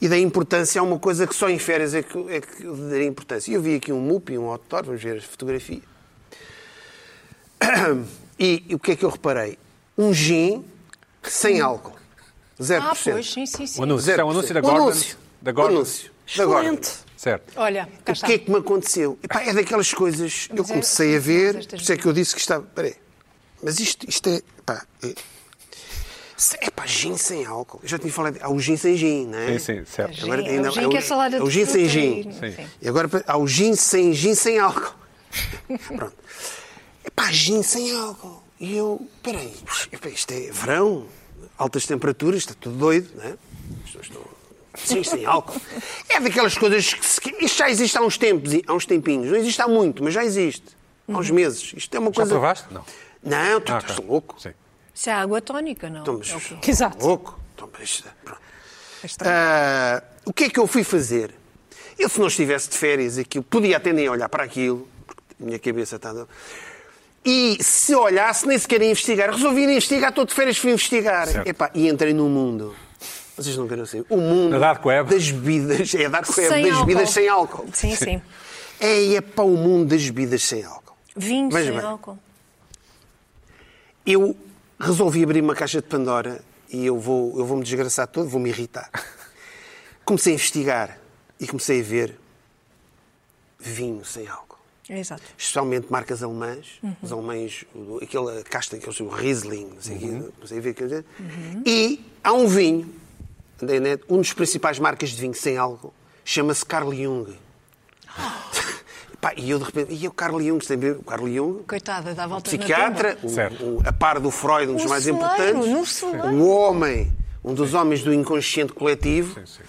B: e dei importância a uma coisa que só em férias é que, é que eu daria importância. E eu vi aqui um MUP e um outdoor, vamos ver a fotografia. E, e o que é que eu reparei? Um gin sem álcool. 0%.
C: Ah, pois, sim, sim, sim.
A: O anúncio. Isso é um anúncio da
B: Um
A: Gordon.
B: anúncio.
A: Da
B: Um
A: Gordon.
B: anúncio. Da Gordon.
E: Excelente.
A: Certo.
C: Olha, cá
B: O
C: está.
B: que é que me aconteceu? Epá, é daquelas coisas. Eu
C: Mas é-
B: comecei a ver,
C: mas
B: por
C: estas-
B: isso é que eu disse que estava. Peraí. Mas isto, isto é. Pá, é. se- Epá, gin sem álcool. Eu já tinha falado. Há o gin sem gin, não é?
A: Sim, sim, certo.
B: Agora
C: Gin,
B: ainda-
C: é o gin
B: é o-
C: que é salada
B: é o
C: de
B: gin sem
C: fruta
B: gin.
C: e- Sim.
B: E agora há o gin sem gin sem álcool. Pronto. Epá, gin sem álcool. E eu, peraí, epá, isto é verão, altas temperaturas, está tudo doido, não é? As pessoas estão. Sim, sem álcool. É daquelas coisas que. Se... Isto já existe há uns tempos, há uns tempinhos. Não existe há muito, mas já existe. Há uns meses. Isto é uma
A: Já
B: coisa.
A: provaste? Não.
B: Não, tu
A: Ah,
B: estás
A: ok.
B: louco.
A: Sim.
C: Isso é água tónica, não?
B: Então, mas-
C: É o quê?
E: Exato.
B: Louco. Então, mas isto- pronto.
C: É estranho.
B: Ah, o que é que eu fui fazer? Eu, se não estivesse de férias, aquilo, podia até nem olhar para aquilo, porque a minha cabeça está. E se olhasse, nem sequer ia investigar. Resolvi ir investigar, estou de férias, fui investigar.
A: Certo.
B: Epá, e entrei no mundo. Vocês não querem saber. O mundo
A: Na Dark Web.
B: das bebidas. É a Dark Web,
C: Sem
B: das bebidas
C: álcool.
B: sem álcool.
C: Sim, sim.
B: É, é para o mundo das bebidas sem álcool.
C: Vinho
B: Veja
C: sem
B: bem.
C: álcool.
B: Eu resolvi abrir uma caixa de Pandora e eu vou, eu vou me desgraçar todo, vou me irritar. Comecei a investigar e comecei a ver vinho sem álcool.
C: Exato.
B: Especialmente marcas alemãs, os alemães, o- aquela casta que eles chamam Riesling, não sei o quê, comecei a ver. quer dizer, E há um vinho, andei na net, um dos principais marcas de vinho sem álcool, chama-se Carl Jung. Pá, e eu de repente, e o Carl Jung, sempre, o Carl Jung
C: Coitada, dá voltas
B: psiquiatra,
C: na
B: o-
A: Certo.
B: o- a par do Freud, um dos
C: O
B: mais
C: celeiro,
B: importantes.
C: no celeiro.
B: O homem, um dos homens do inconsciente coletivo.
A: sim.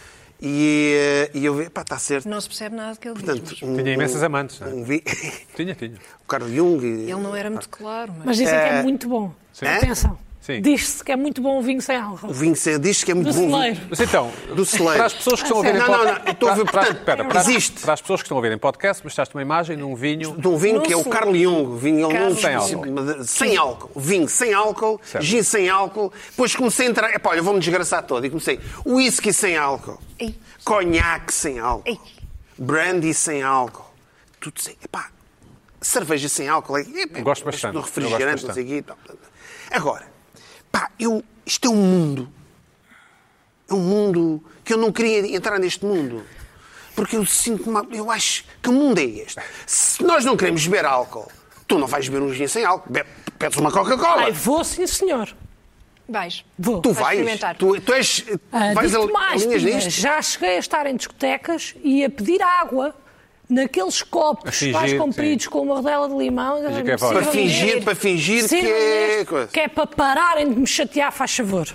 B: E, eh, e eu vi, pá, está certo.
C: tumba. Não se percebe nada do que ele diz.
B: Portanto, um-
A: Tinha imensas
B: um-
A: amantes, não é?
B: um vi-
A: Tinha, tinha.
B: o Carl Jung. e-
C: Ele não era muito
B: ah.
C: claro, mas...
E: Mas dizem que é muito bom. Atenção.
A: Sim.
E: Diz-se que é muito bom o vinho sem
B: O
E: álcool.
B: vinho se- diz que é muito
E: Do
B: bom.
E: celeiro.
A: Mas então,
B: Do celeiro.
A: para as pessoas que estão a ouvir
B: Não,
A: em
B: não,
A: podcast.
B: não, eu estou a ver,
A: para, para-
B: portanto,
A: pera, para-
B: existe.
A: para as pessoas que estão a ouvir em podcast, mostraste uma imagem num vinho.
B: De um vinho que é o
C: Não sei.
B: Carl Jung, vinho
C: Carl
B: alemão
A: Sem
B: sim, de- eh, sem álcool, vinho sem álcool,
A: Certo.
B: gin sem álcool, depois comecei a entrar, epá, olha, vou-me desgraçar todo, e comecei, whisky sem álcool,
C: Ei.
B: conhaque sem álcool,
C: Ei.
B: brandy sem álcool, tudo sem, epá, cerveja sem álcool, é, epá,
A: Eu gosto
B: isto
A: bastante,
B: do
A: eu gosto
B: refrigerante, não
A: bastante.
B: sei o quê, e tal, portanto. Agora, pá, eu, isto é um mundo, é um mundo que eu não queria entrar neste mundo. Porque eu sinto uma... Eu acho que mundo é este. Se nós não queremos beber álcool, tu não vais beber um gin sem álcool. Be- Pedes uma Coca-Cola.
E: Ai, vou sim, senhor.
C: Vais.
E: Vou.
B: Tu
C: vais
B: vais.
C: experimentar.
B: Tu, tu és.
E: Ah,
B: vais
E: digo-te
B: al-
E: mais,
B: alinhas
E: Pina,
B: nisto.
E: já cheguei a estar em discotecas e a pedir água naqueles
A: A
E: copos
A: fingir,
E: mais compridos
A: sim.
E: com uma rodela de limão.
A: Fingir
E: Não
A: que é
E: precisa
A: vodka.
B: Para fingir-
E: disto.
B: para fingir que
E: Sirvam
B: é
E: disto,
B: coisa.
E: Que é para pararem de me chatear, faz favor.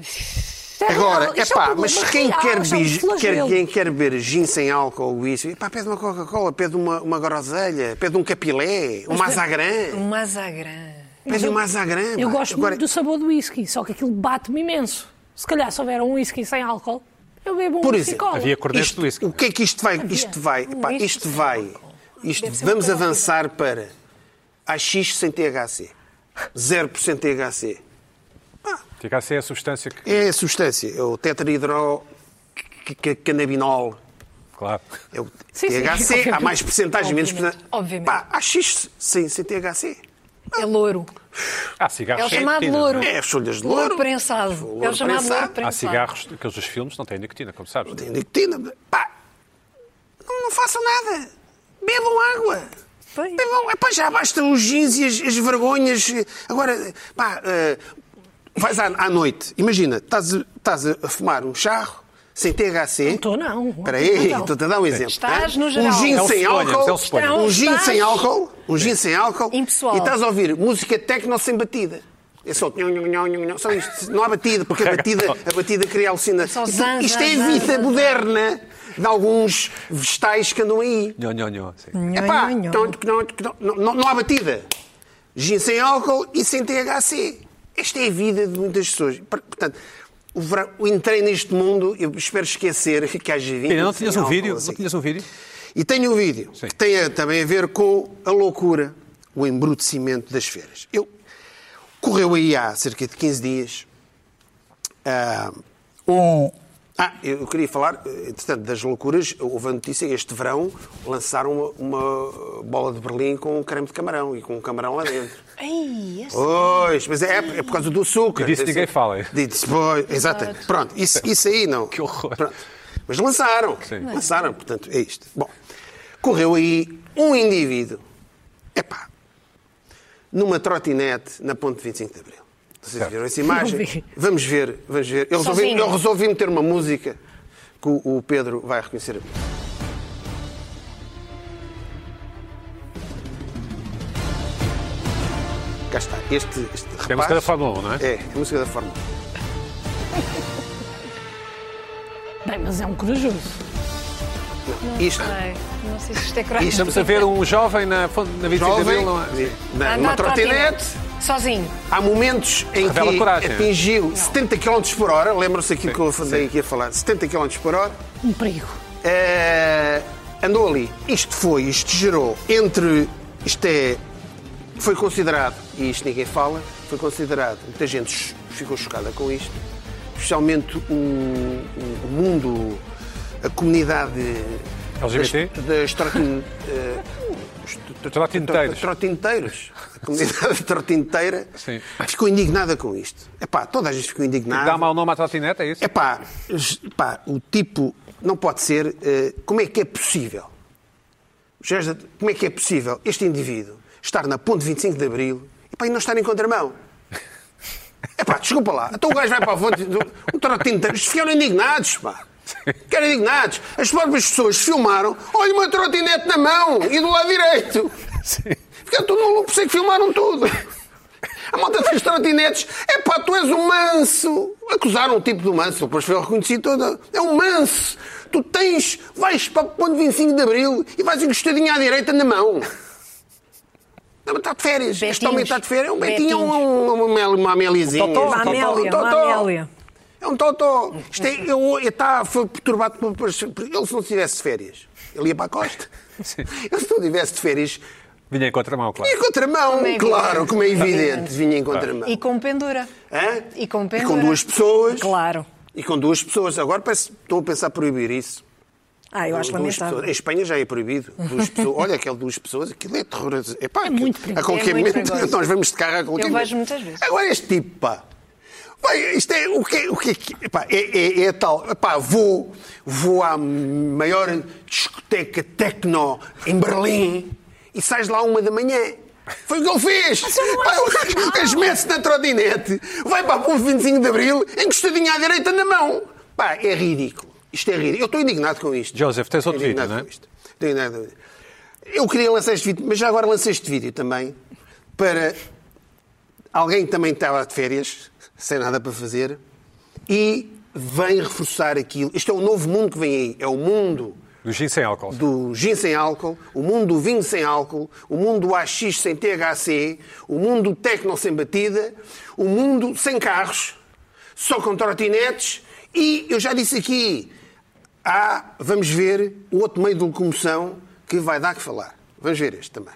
E: Isto é
B: Agora,
E: real,
B: é
E: isto é um
B: pá,
E: problema
B: mas quem
E: real,
B: quer,
E: isto é um
B: bis-
E: flagelo.
B: quer- quem quer beber gin sem álcool ou isso, epá, pede uma um Coca-Cola, pede uma, uma groselha, pede um capilé, uma azagran.
C: Um mazagran.
B: Mas
E: eu-
B: o Mazagrande,
E: Eu
B: pá.
E: gosto
B: Agora-
E: muito do sabor do whisky, só que aquilo bate-me imenso. Se calhar se houver um whisky sem álcool, eu bebo um
B: Por
E: whisky
B: exemplo,
E: cola.
A: Havia cornetos
B: Isto-
A: do whisky.
B: O que é que isto vai? Isto vai.
C: Um
B: pá,
C: whisky
B: isto
C: sem
B: vai.
C: álcool.
B: Isto,
C: Deve ser
B: vamos
C: muito
B: avançar para AX sem THC. 0% THC.
A: THC é a substância que,
B: É a substância, é o tetrahidrocannabinol.
A: claro,
B: É o
E: Sim, sim,
B: THC, há
E: obviamente.
B: mais porcentagem, menos
C: Obviamente,
B: porcentagem.
C: obviamente.
B: Pá, AX sem, sem THC.
C: É louro.
A: há
C: É o
A: cigarros sem
C: chamado
A: nicotina,
C: louro.
A: não é?
B: É, as folhas de
C: Louro
B: louro.
C: prensado.
B: Louro
C: é o chamado
B: prensado.
C: louro
A: Há
C: prensado.
A: cigarros, aqueles dos filmes não têm nicotina, como sabes.
B: Tem nicotina. Pá, não, não façam nada. Bebam água.
C: Pois.
B: Bebam, epá, já bastam os jeans e as, as vergonhas. Agora, pá, eh, vais à, à noite. Imagina, estás, a- estás a fumar um charro sem THC.
E: Não estou, não.
B: Espera aí,
E: Então.
B: estou-te a dar um exemplo.
C: Estás
B: né?
C: no geral.
B: Um
C: É
B: gin
A: um
B: sem
A: suponhamos, é um
B: álcool.
A: suponhamos.
B: Um gin
C: Estás-
B: sem álcool. Um gin sem álcool.
C: Impessoal.
B: E estás a ouvir música techno sem batida. É só... nhon, nhon, nhon, nhon, nhon, Só isto. Não há batida, porque a batida, a batida cria alucinação.
C: Só zan,
B: Isto é
C: zan,
B: a vida
C: zan, zan.
B: moderna de alguns vegetais que andam aí.
A: Nhon, nhon, nhon, sim.
B: Epá,
C: nhon, nhon.
B: então, não, não, não, não há batida. Gin sem álcool e sem THC. Esta é a vida de muitas pessoas. Por- Portanto, o verão- eu entrei neste mundo, eu espero esquecer que haja vinho.
A: Pina, não
B: sem
A: tinhas um
B: álcool,
A: vídeo?
B: assim.
A: Não tinhas um vídeo?
B: E tenho um vídeo
A: Sim.
B: que tem a- também a ver com a loucura, o embrutecimento das feiras. Eu correu aí há cerca de 15 dias. ah, um. Ah, eu queria falar, eh, entretanto, das loucuras. Houve a notícia que este verão lançaram uma, uma bola de Berlim com creme de camarão e com um camarão lá dentro.
C: Ai, esse-
B: Pois, mas é, é por causa do açúcar.
A: E disso
B: Esse-
A: ninguém fala, hein?
B: Disso, pois, exatamente. Pronto, isso, isso aí não.
A: Que horror.
B: Pronto. Mas lançaram.
A: Sim.
B: Lançaram, portanto, é isto. Bom, correu aí um indivíduo, epá, numa trotinete na ponte 25 de Abril. Vocês
A: Certo.
B: viram essa
E: Não
B: imagem?
E: vi.
B: Vamos ver, vamos ver. Eu resolvi,
C: Sozinho.
B: eu resolvi meter uma música que o, o Pedro vai reconhecer a mim. Cá está, este, este rapaz...
A: É a música da Fórmula 1, não é?
B: É, é a música da Fórmula 1.
E: Bem, mas é um corajoso.
B: Isto.
C: Ai, Não sei se isto é coragem.
A: Estamos a ver um jovem na, fonte- na 25 de
B: Jovem,
A: Abril, não é?
B: na,
C: Andar
B: numa
C: de trotinete.
B: trotinete,
C: Sozinho.
B: há momentos em
A: Revela
B: que
A: coragem.
B: atingiu 70 km por hora, lembram-se aquilo que eu falei aqui a falar, 70 km por hora,
E: Um perigo.
B: eh, andou ali. Isto foi, isto gerou entre, isto é, foi considerado, e isto ninguém fala, foi considerado, muita gente ch- ficou chocada com isto, especialmente o, o- o mundo, a comunidade
A: LGBT?
B: das, das trotin- eh, os tro-
A: Trotineteiros.
B: Trotinteiros. A comunidade trotinteira
A: Sim.
B: ficou indignada com isto. Epá, toda a gente ficou indignada.
A: Dá mau nome à trotinete, é isso?
B: É pá, o tipo não pode ser. eh, como é que é possível? Os gajos da- Como é que é possível este indivíduo estar na ponte 25 de Abril epá, e não estar em contramão? É pá, desculpa lá. Então o gajo vai para a ponte. Um trotinho de... Eles Ficaram indignados, pá. Ficaram indignados. As próprias pessoas filmaram. Olha uma trotinete na mão e do lado direito. Ficaram tudo no loop, sei que filmaram tudo. A malta das trotinetes. É pá, tu és um manso. Acusaram o tipo do manso, depois foi reconhecido toda. É um manso. Tu tens. Vais para o ponto 25 de Abril e vais encostadinho à direita na mão. Não, mas Está de férias. Este
C: Betinhos.
B: homem está de férias. É um betinho, é um-
C: Betinhos.
B: um- uma, mel- uma ameliazinha.
A: Totó,
B: Um
A: uma
B: um
C: amélia, uma amélia.
B: É um totó. Isto é, eu, eu tá, foi perturbado por, por, por- Ele se não tivesse férias, ele ia para a costa. Ele se não tivesse de férias,
A: Vinha em contramão, claro.
B: vinha em contramão,
C: Como é
B: claro,
C: evidente.
B: como é evidente, vinha em contramão.
C: E com pendura.
B: Hã?
C: E com
B: E
C: pendura.
B: com duas pessoas.
C: Claro.
B: E com duas pessoas. Agora parece que estão a pensar proibir isso.
C: Ah, eu acho
B: Duas
C: lamentável.
B: pessoas. Em Espanha já é proibido. Duas pessoas. Olha, aquele duas pessoas, aquilo é terroroso. Epá, aquilo-
E: muito perigoso.
B: A qualquer
C: É muito
B: momento
C: perigoso.
B: nós vamos de carro a qualquer
C: Eu
B: momento.
C: vejo muitas vezes.
B: Agora este tipo, pá. Vai, isto é o que o que epá, é, é, é tal. Epá, vou, vou à maior discoteca techno em Berlim e sais lá uma da manhã. Foi o que ele fez! Pá, o gajo mete-se na trotinete, vai para a Ponte 25 de Abril, encostadinho à direita na mão. Pá, é ridículo. Isto é ridículo. Eu estou indignado com isto.
A: Joseph, tens outro
B: Estou indignado
A: vídeo, não é?
B: com isto. Estou indignado com isto. Eu queria lançar este vídeo, mas já agora lancei este vídeo também para alguém que também estava de férias, sem nada para fazer, e vem reforçar aquilo. Isto é o novo mundo que vem aí. É o mundo
A: Do gin sem álcool.
B: do gin sem álcool, o mundo do vinho sem álcool, o mundo do AX sem THC, o mundo do tecno sem batida, o mundo sem carros, só com trotinetes e, eu já disse aqui, há, vamos ver, o outro meio de locomoção que vai dar que falar. Vamos ver este também.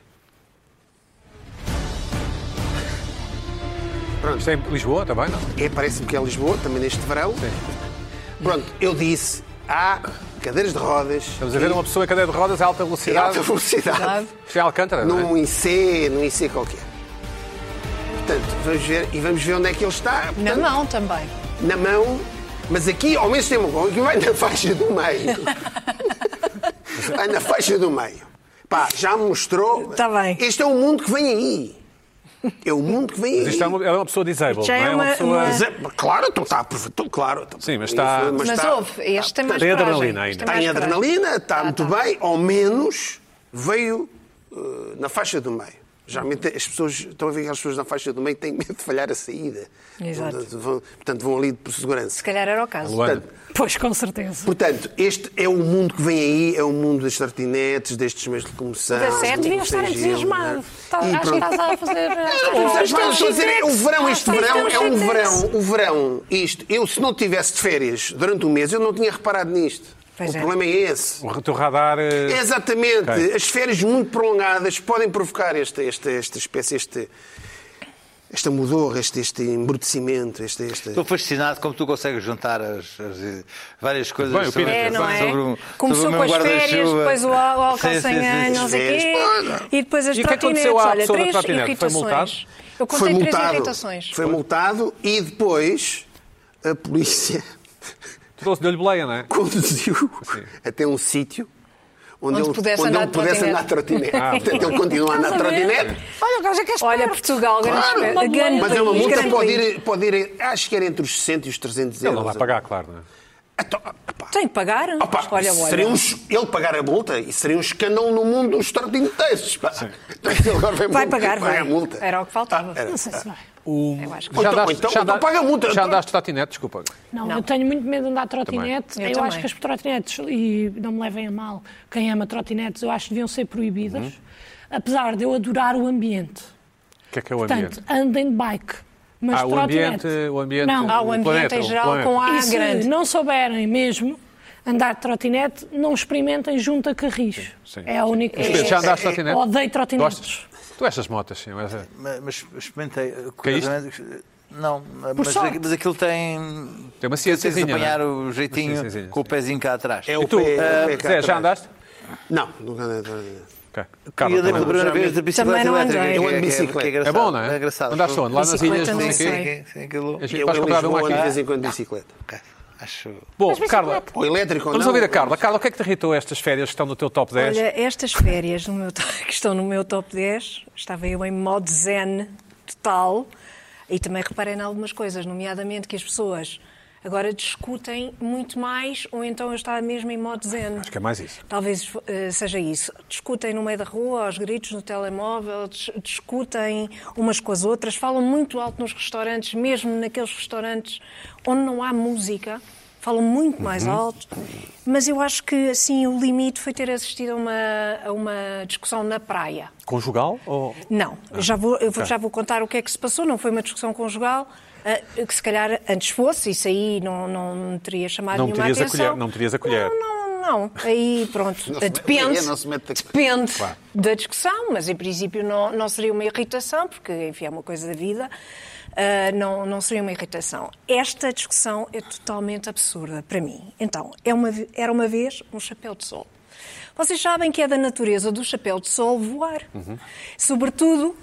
A: Isto é em Lisboa também, não?
B: É, parece-me que é Lisboa, também neste verão. Pronto, eu disse, há cadeiras de rodas.
A: Estamos a ver uma pessoa em cadeira de rodas a alta
B: em
A: velocidade.
B: alta velocidade. um
A: Isto é Alcântara, não
B: num
A: é?
B: IC, num IC qualquer. Portanto, vamos ver, e vamos ver onde é que ele está.
C: Na
B: Portanto,
C: mão também.
B: na mão, mas aqui ao mesmo tempo, aqui vai na faixa do meio. vai na faixa do meio. Pá, já me mostrou.
C: Tá bem.
B: Este é o mundo que vem aí. É o mundo que vem aí.
A: Mas isto é uma, ela é uma pessoa disabled,
C: Já
A: não é?
C: é uma-
A: pessoa...
C: uma-
B: Mas é- claro, então está a aproveitar, claro. então-
A: Sim, mas tá- está-
B: Isso, tá-
C: Mas,
B: está-
C: houve, este tem mais
A: Tem
C: coragem.
A: adrenalina ainda.
C: Este
B: Tem
C: mais coragem.
B: Tá adrenalina, está
C: Tá,
B: muito
C: tá.
B: bem, ao menos veio eh, na faixa do meio. Geralmente as pessoas, estão a ver aquelas pessoas na faixa do meio que têm medo de falhar a saída.
C: Exato.
B: Vão- vão- portanto, vão ali por segurança.
C: Se calhar era o caso.
A: Luana,
E: Pois, com certeza.
B: Portanto, este é o mundo que vem aí, é o mundo das sartinetes, destes meios de locomoção.
C: Mas é certo,
B: do
E: Devias estar
B: sem gelo, não
E: entusiasmado.
B: é?
E: Tá-
B: E
E: Acho que
B: pronto.
E: estás a fazer.
B: Não,
C: Tá,
B: não sei se
C: Mas
B: estou a dizer, é o
C: Tá,
B: verão, este
E: Ah,
B: verão é um
E: estamos
B: verão,
E: sentidos.
B: o verão, isto. Eu, se não tivesse de férias durante um mês, eu não tinha reparado nisto.
C: Pois
B: o
C: é.
B: problema é esse.
A: o teu Um radar... eh,
B: Exatamente.
A: Ok.
B: As férias muito prolongadas podem provocar esta, esta, esta espécie, este, esta mudorra, este, este embrutecimento, este, este...
C: Então,
D: Estou fascinado como tu consegues juntar as, as- várias coisas
A: Bem, o Pina
C: É, não é?
D: sobre um-
C: Começou
D: sobre o
C: com
D: meu
C: as férias,
D: guarda-chuva.
C: depois o al- o
D: Sim,
C: álcool
D: sim,
C: sem
D: sim,
C: anos,
D: sim.
C: não sei
B: As
C: quê,
B: férias, pá.
C: e depois as
A: E o que
C: trotinetes.
A: aconteceu à
C: Olha,
A: pessoa da
C: três
A: trotinete? Foi
C: irritações.
A: multado?
B: Foi
C: Eu contei três
B: multado.
C: irritações.
B: Foi multado e depois a polícia
A: Trouxe-lhe boleia, não é?
B: conduziu até um sítio onde,
C: Onde
B: ele,
C: pudesse
B: onde
C: andar
B: ele
C: de
B: pudesse
C: trotinete.
B: andar de trotinete.
A: Ah.
B: Portanto, ele continua a andar de
E: Estás a ver?
B: trotinete.
E: Olha, o gajo é que é esperto.
C: Olha, Portugal, grande
B: Claro,
C: espé-
E: uma
C: grande
B: Mas é uma
C: país,
B: multa,
C: grande
B: pode
C: país.
B: ir, pode ir, acho que era entre os 600 e os 300
A: Ele
B: euros.
A: não vai pagar, claro, não é?
B: Então, pá.
C: Tem que pagar.
B: Opa,
C: olha, olha.
B: seria um es- ele pagar a multa, isso seria um escândalo no mundo dos trotineteiros. pá. Então, ele agora vai,
C: Vai
B: multa,
C: pagar,
B: paga
C: vai.
B: a multa.
C: Era o que faltava.
B: era.
E: Não sei se vai.
A: O...
C: Eu acho que-
B: Ou então-
A: andaste-
B: ou então- ou então
A: andaste-
B: paga multa.
A: Já andaste de trotinete, desculpa.
E: Não, eu tenho muito medo de andar de trotinete.
C: Também.
E: Eu,
C: Eu
E: acho
C: também.
E: que as trotinetes, e não me levem a mal, quem ama trotinetes, eu acho que deviam ser proibidas,
B: Uhum.
E: apesar de eu adorar o ambiente.
A: O que é que é o ambiente?
E: Portanto, andem de bike. Mas
A: Ah, o
E: trotinete-
A: ambiente- o ambiente- Ah,
E: Não,
C: Há o ambiente
A: planeta,
C: em
A: o
C: geral
A: planeta.
C: com ar
E: e se
C: grande.
E: não souberem mesmo andar de trotinete, não experimentem junto a carris.
A: sim.
E: É a única...
A: Mas, Pedro, já andaste de trotinete?
E: Odeio trotinetes.
A: Gostas? Tu estas motas, sim. mas é-
D: Mas, mas experimentei.
A: Caíste?
D: curiosamente, Não, mas,
E: sorte.
D: mas aquilo tem.
A: Tem uma
D: Tens de
A: ciênciazinha,
D: apanhar
A: não é?
D: o jeitinho
A: Sim, sim, sim,
D: com o
A: sim.
D: pezinho cá atrás.
B: É
A: E
B: o
A: tu, eh,
B: pé- é o pé cá
A: Zé, já
B: atrás.
A: andaste?
B: Não, nunca andei de trotinete.
A: Ok.
D: E
A: Carla,
D: eu
A: também
D: lembro da
A: não.
D: primeira
B: Também
D: vez da bicicleta
C: não
D: elétrica.
C: andei.
D: que
B: Eu ando de
D: que-
B: bicicleta.
D: que
A: É bom, não é?
D: engraçado, engraçado.
A: Andaste onde? Lá nas
C: Bicicleta
A: ilhas, não
C: não
A: sei o quê?
C: sei.
D: Sim, sim, aquilo.
A: A gente
B: Eu
A: vais
B: em
A: comprar uma
B: Lisboa ando de
A: aqui.
B: vez em quando de bicicleta.
D: Ok, Acho.
A: Bom, Carla,
B: Ou elétrico ou
A: vamos
B: não.
A: ouvir a Carla. Carla, o que é que te irritou estas férias que estão no teu top 10?
C: Olha, estas férias no meu to- que estão no meu top 10, estava eu em modo zen total e também reparei em algumas coisas, nomeadamente que as pessoas agora discutem muito mais ou então eu estava mesmo em modo zen.
A: Acho que é mais isso.
C: Talvez eh, seja isso. Discutem no meio da rua, aos gritos no telemóvel, dis- discutem umas com as outras, falam muito alto nos restaurantes, mesmo naqueles restaurantes onde não há música, falam muito mais alto. Mas eu acho que assim o limite foi ter assistido a uma, a uma discussão na praia.
A: Conjugal? Ou...
C: Não,
A: Ah.
C: já, vou, eu vou- já vou contar o que é que se passou, não foi uma discussão conjugal, ah, que se calhar antes fosse, isso aí não, não me teria chamado
A: Não me
C: nenhuma
A: terias a
C: atenção.
A: colher, não me terias a colher.
C: Não, não, não. Aí pronto,
B: Não se mete-
C: depende,
B: não se mete-
C: depende da discussão, mas em princípio não, não seria uma irritação, porque enfim é uma coisa da vida, ah, não, não seria uma irritação. Esta discussão é totalmente absurda para mim. Então, é uma, ve- era uma vez um chapéu de sol. Vocês sabem que é da natureza do chapéu de sol voar, sobretudo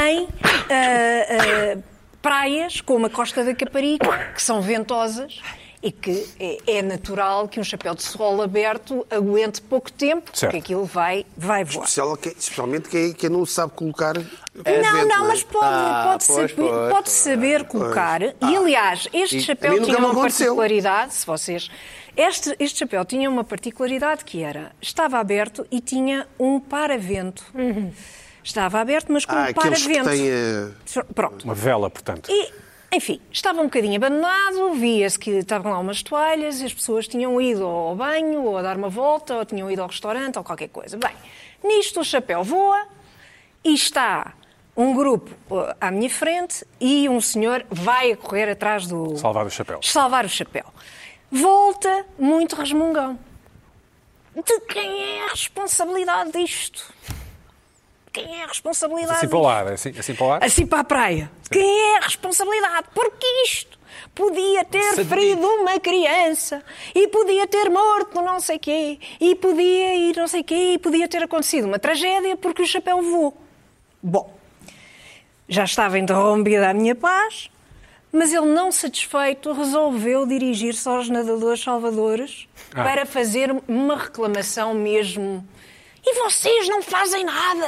C: em ah, ah, praias como a Costa da Caparica, que são ventosas e que é- é natural que um chapéu de sol aberto aguente pouco tempo,
A: Certo.
C: porque aquilo vai, vai voar.
B: Especial que- Especialmente quem quem não sabe colocar. É
C: Não, não, mas
B: né?
C: pode,
D: Ah,
C: pode,
D: pois,
C: saber,
D: pois,
C: pode saber colocar. E aliás, este
B: Ah, a
C: chapéu
B: mim nunca
C: tinha
B: me
C: uma
B: aconteceu.
C: particularidade, se vocês. Este, este chapéu tinha uma particularidade que era, estava aberto e tinha um paravento. Estava aberto, mas com
B: Há
C: um
B: Uhum. Ah, aqueles que
C: paravento.
B: têm. eh,
C: Pronto.
A: Uma vela, portanto.
C: E Enfim, estava um bocadinho abandonado, via-se que estavam lá umas toalhas e as pessoas tinham ido ao banho, ou a dar uma volta, ou tinham ido ao restaurante, ou qualquer coisa. Bem, nisto o chapéu voa e está um grupo uh, à minha frente e um senhor vai a correr atrás do...
A: Salvar o chapéu.
C: Salvar o chapéu. Volta muito resmungão. De quem é a responsabilidade disto? Quem é a responsabilidade
A: Assim para o ar, assim, assim para o ar.
C: assim para a praia. Quem é a responsabilidade? Porque isto podia ter ferido uma criança e podia ter morto não sei quê e podia ir não sei quê e podia ter acontecido uma tragédia porque o chapéu voou. Bom, já estava interrompida a minha paz, mas ele não satisfeito resolveu dirigir-se aos nadadores salvadores
A: Ah.
C: para fazer uma reclamação mesmo. E vocês não fazem nada!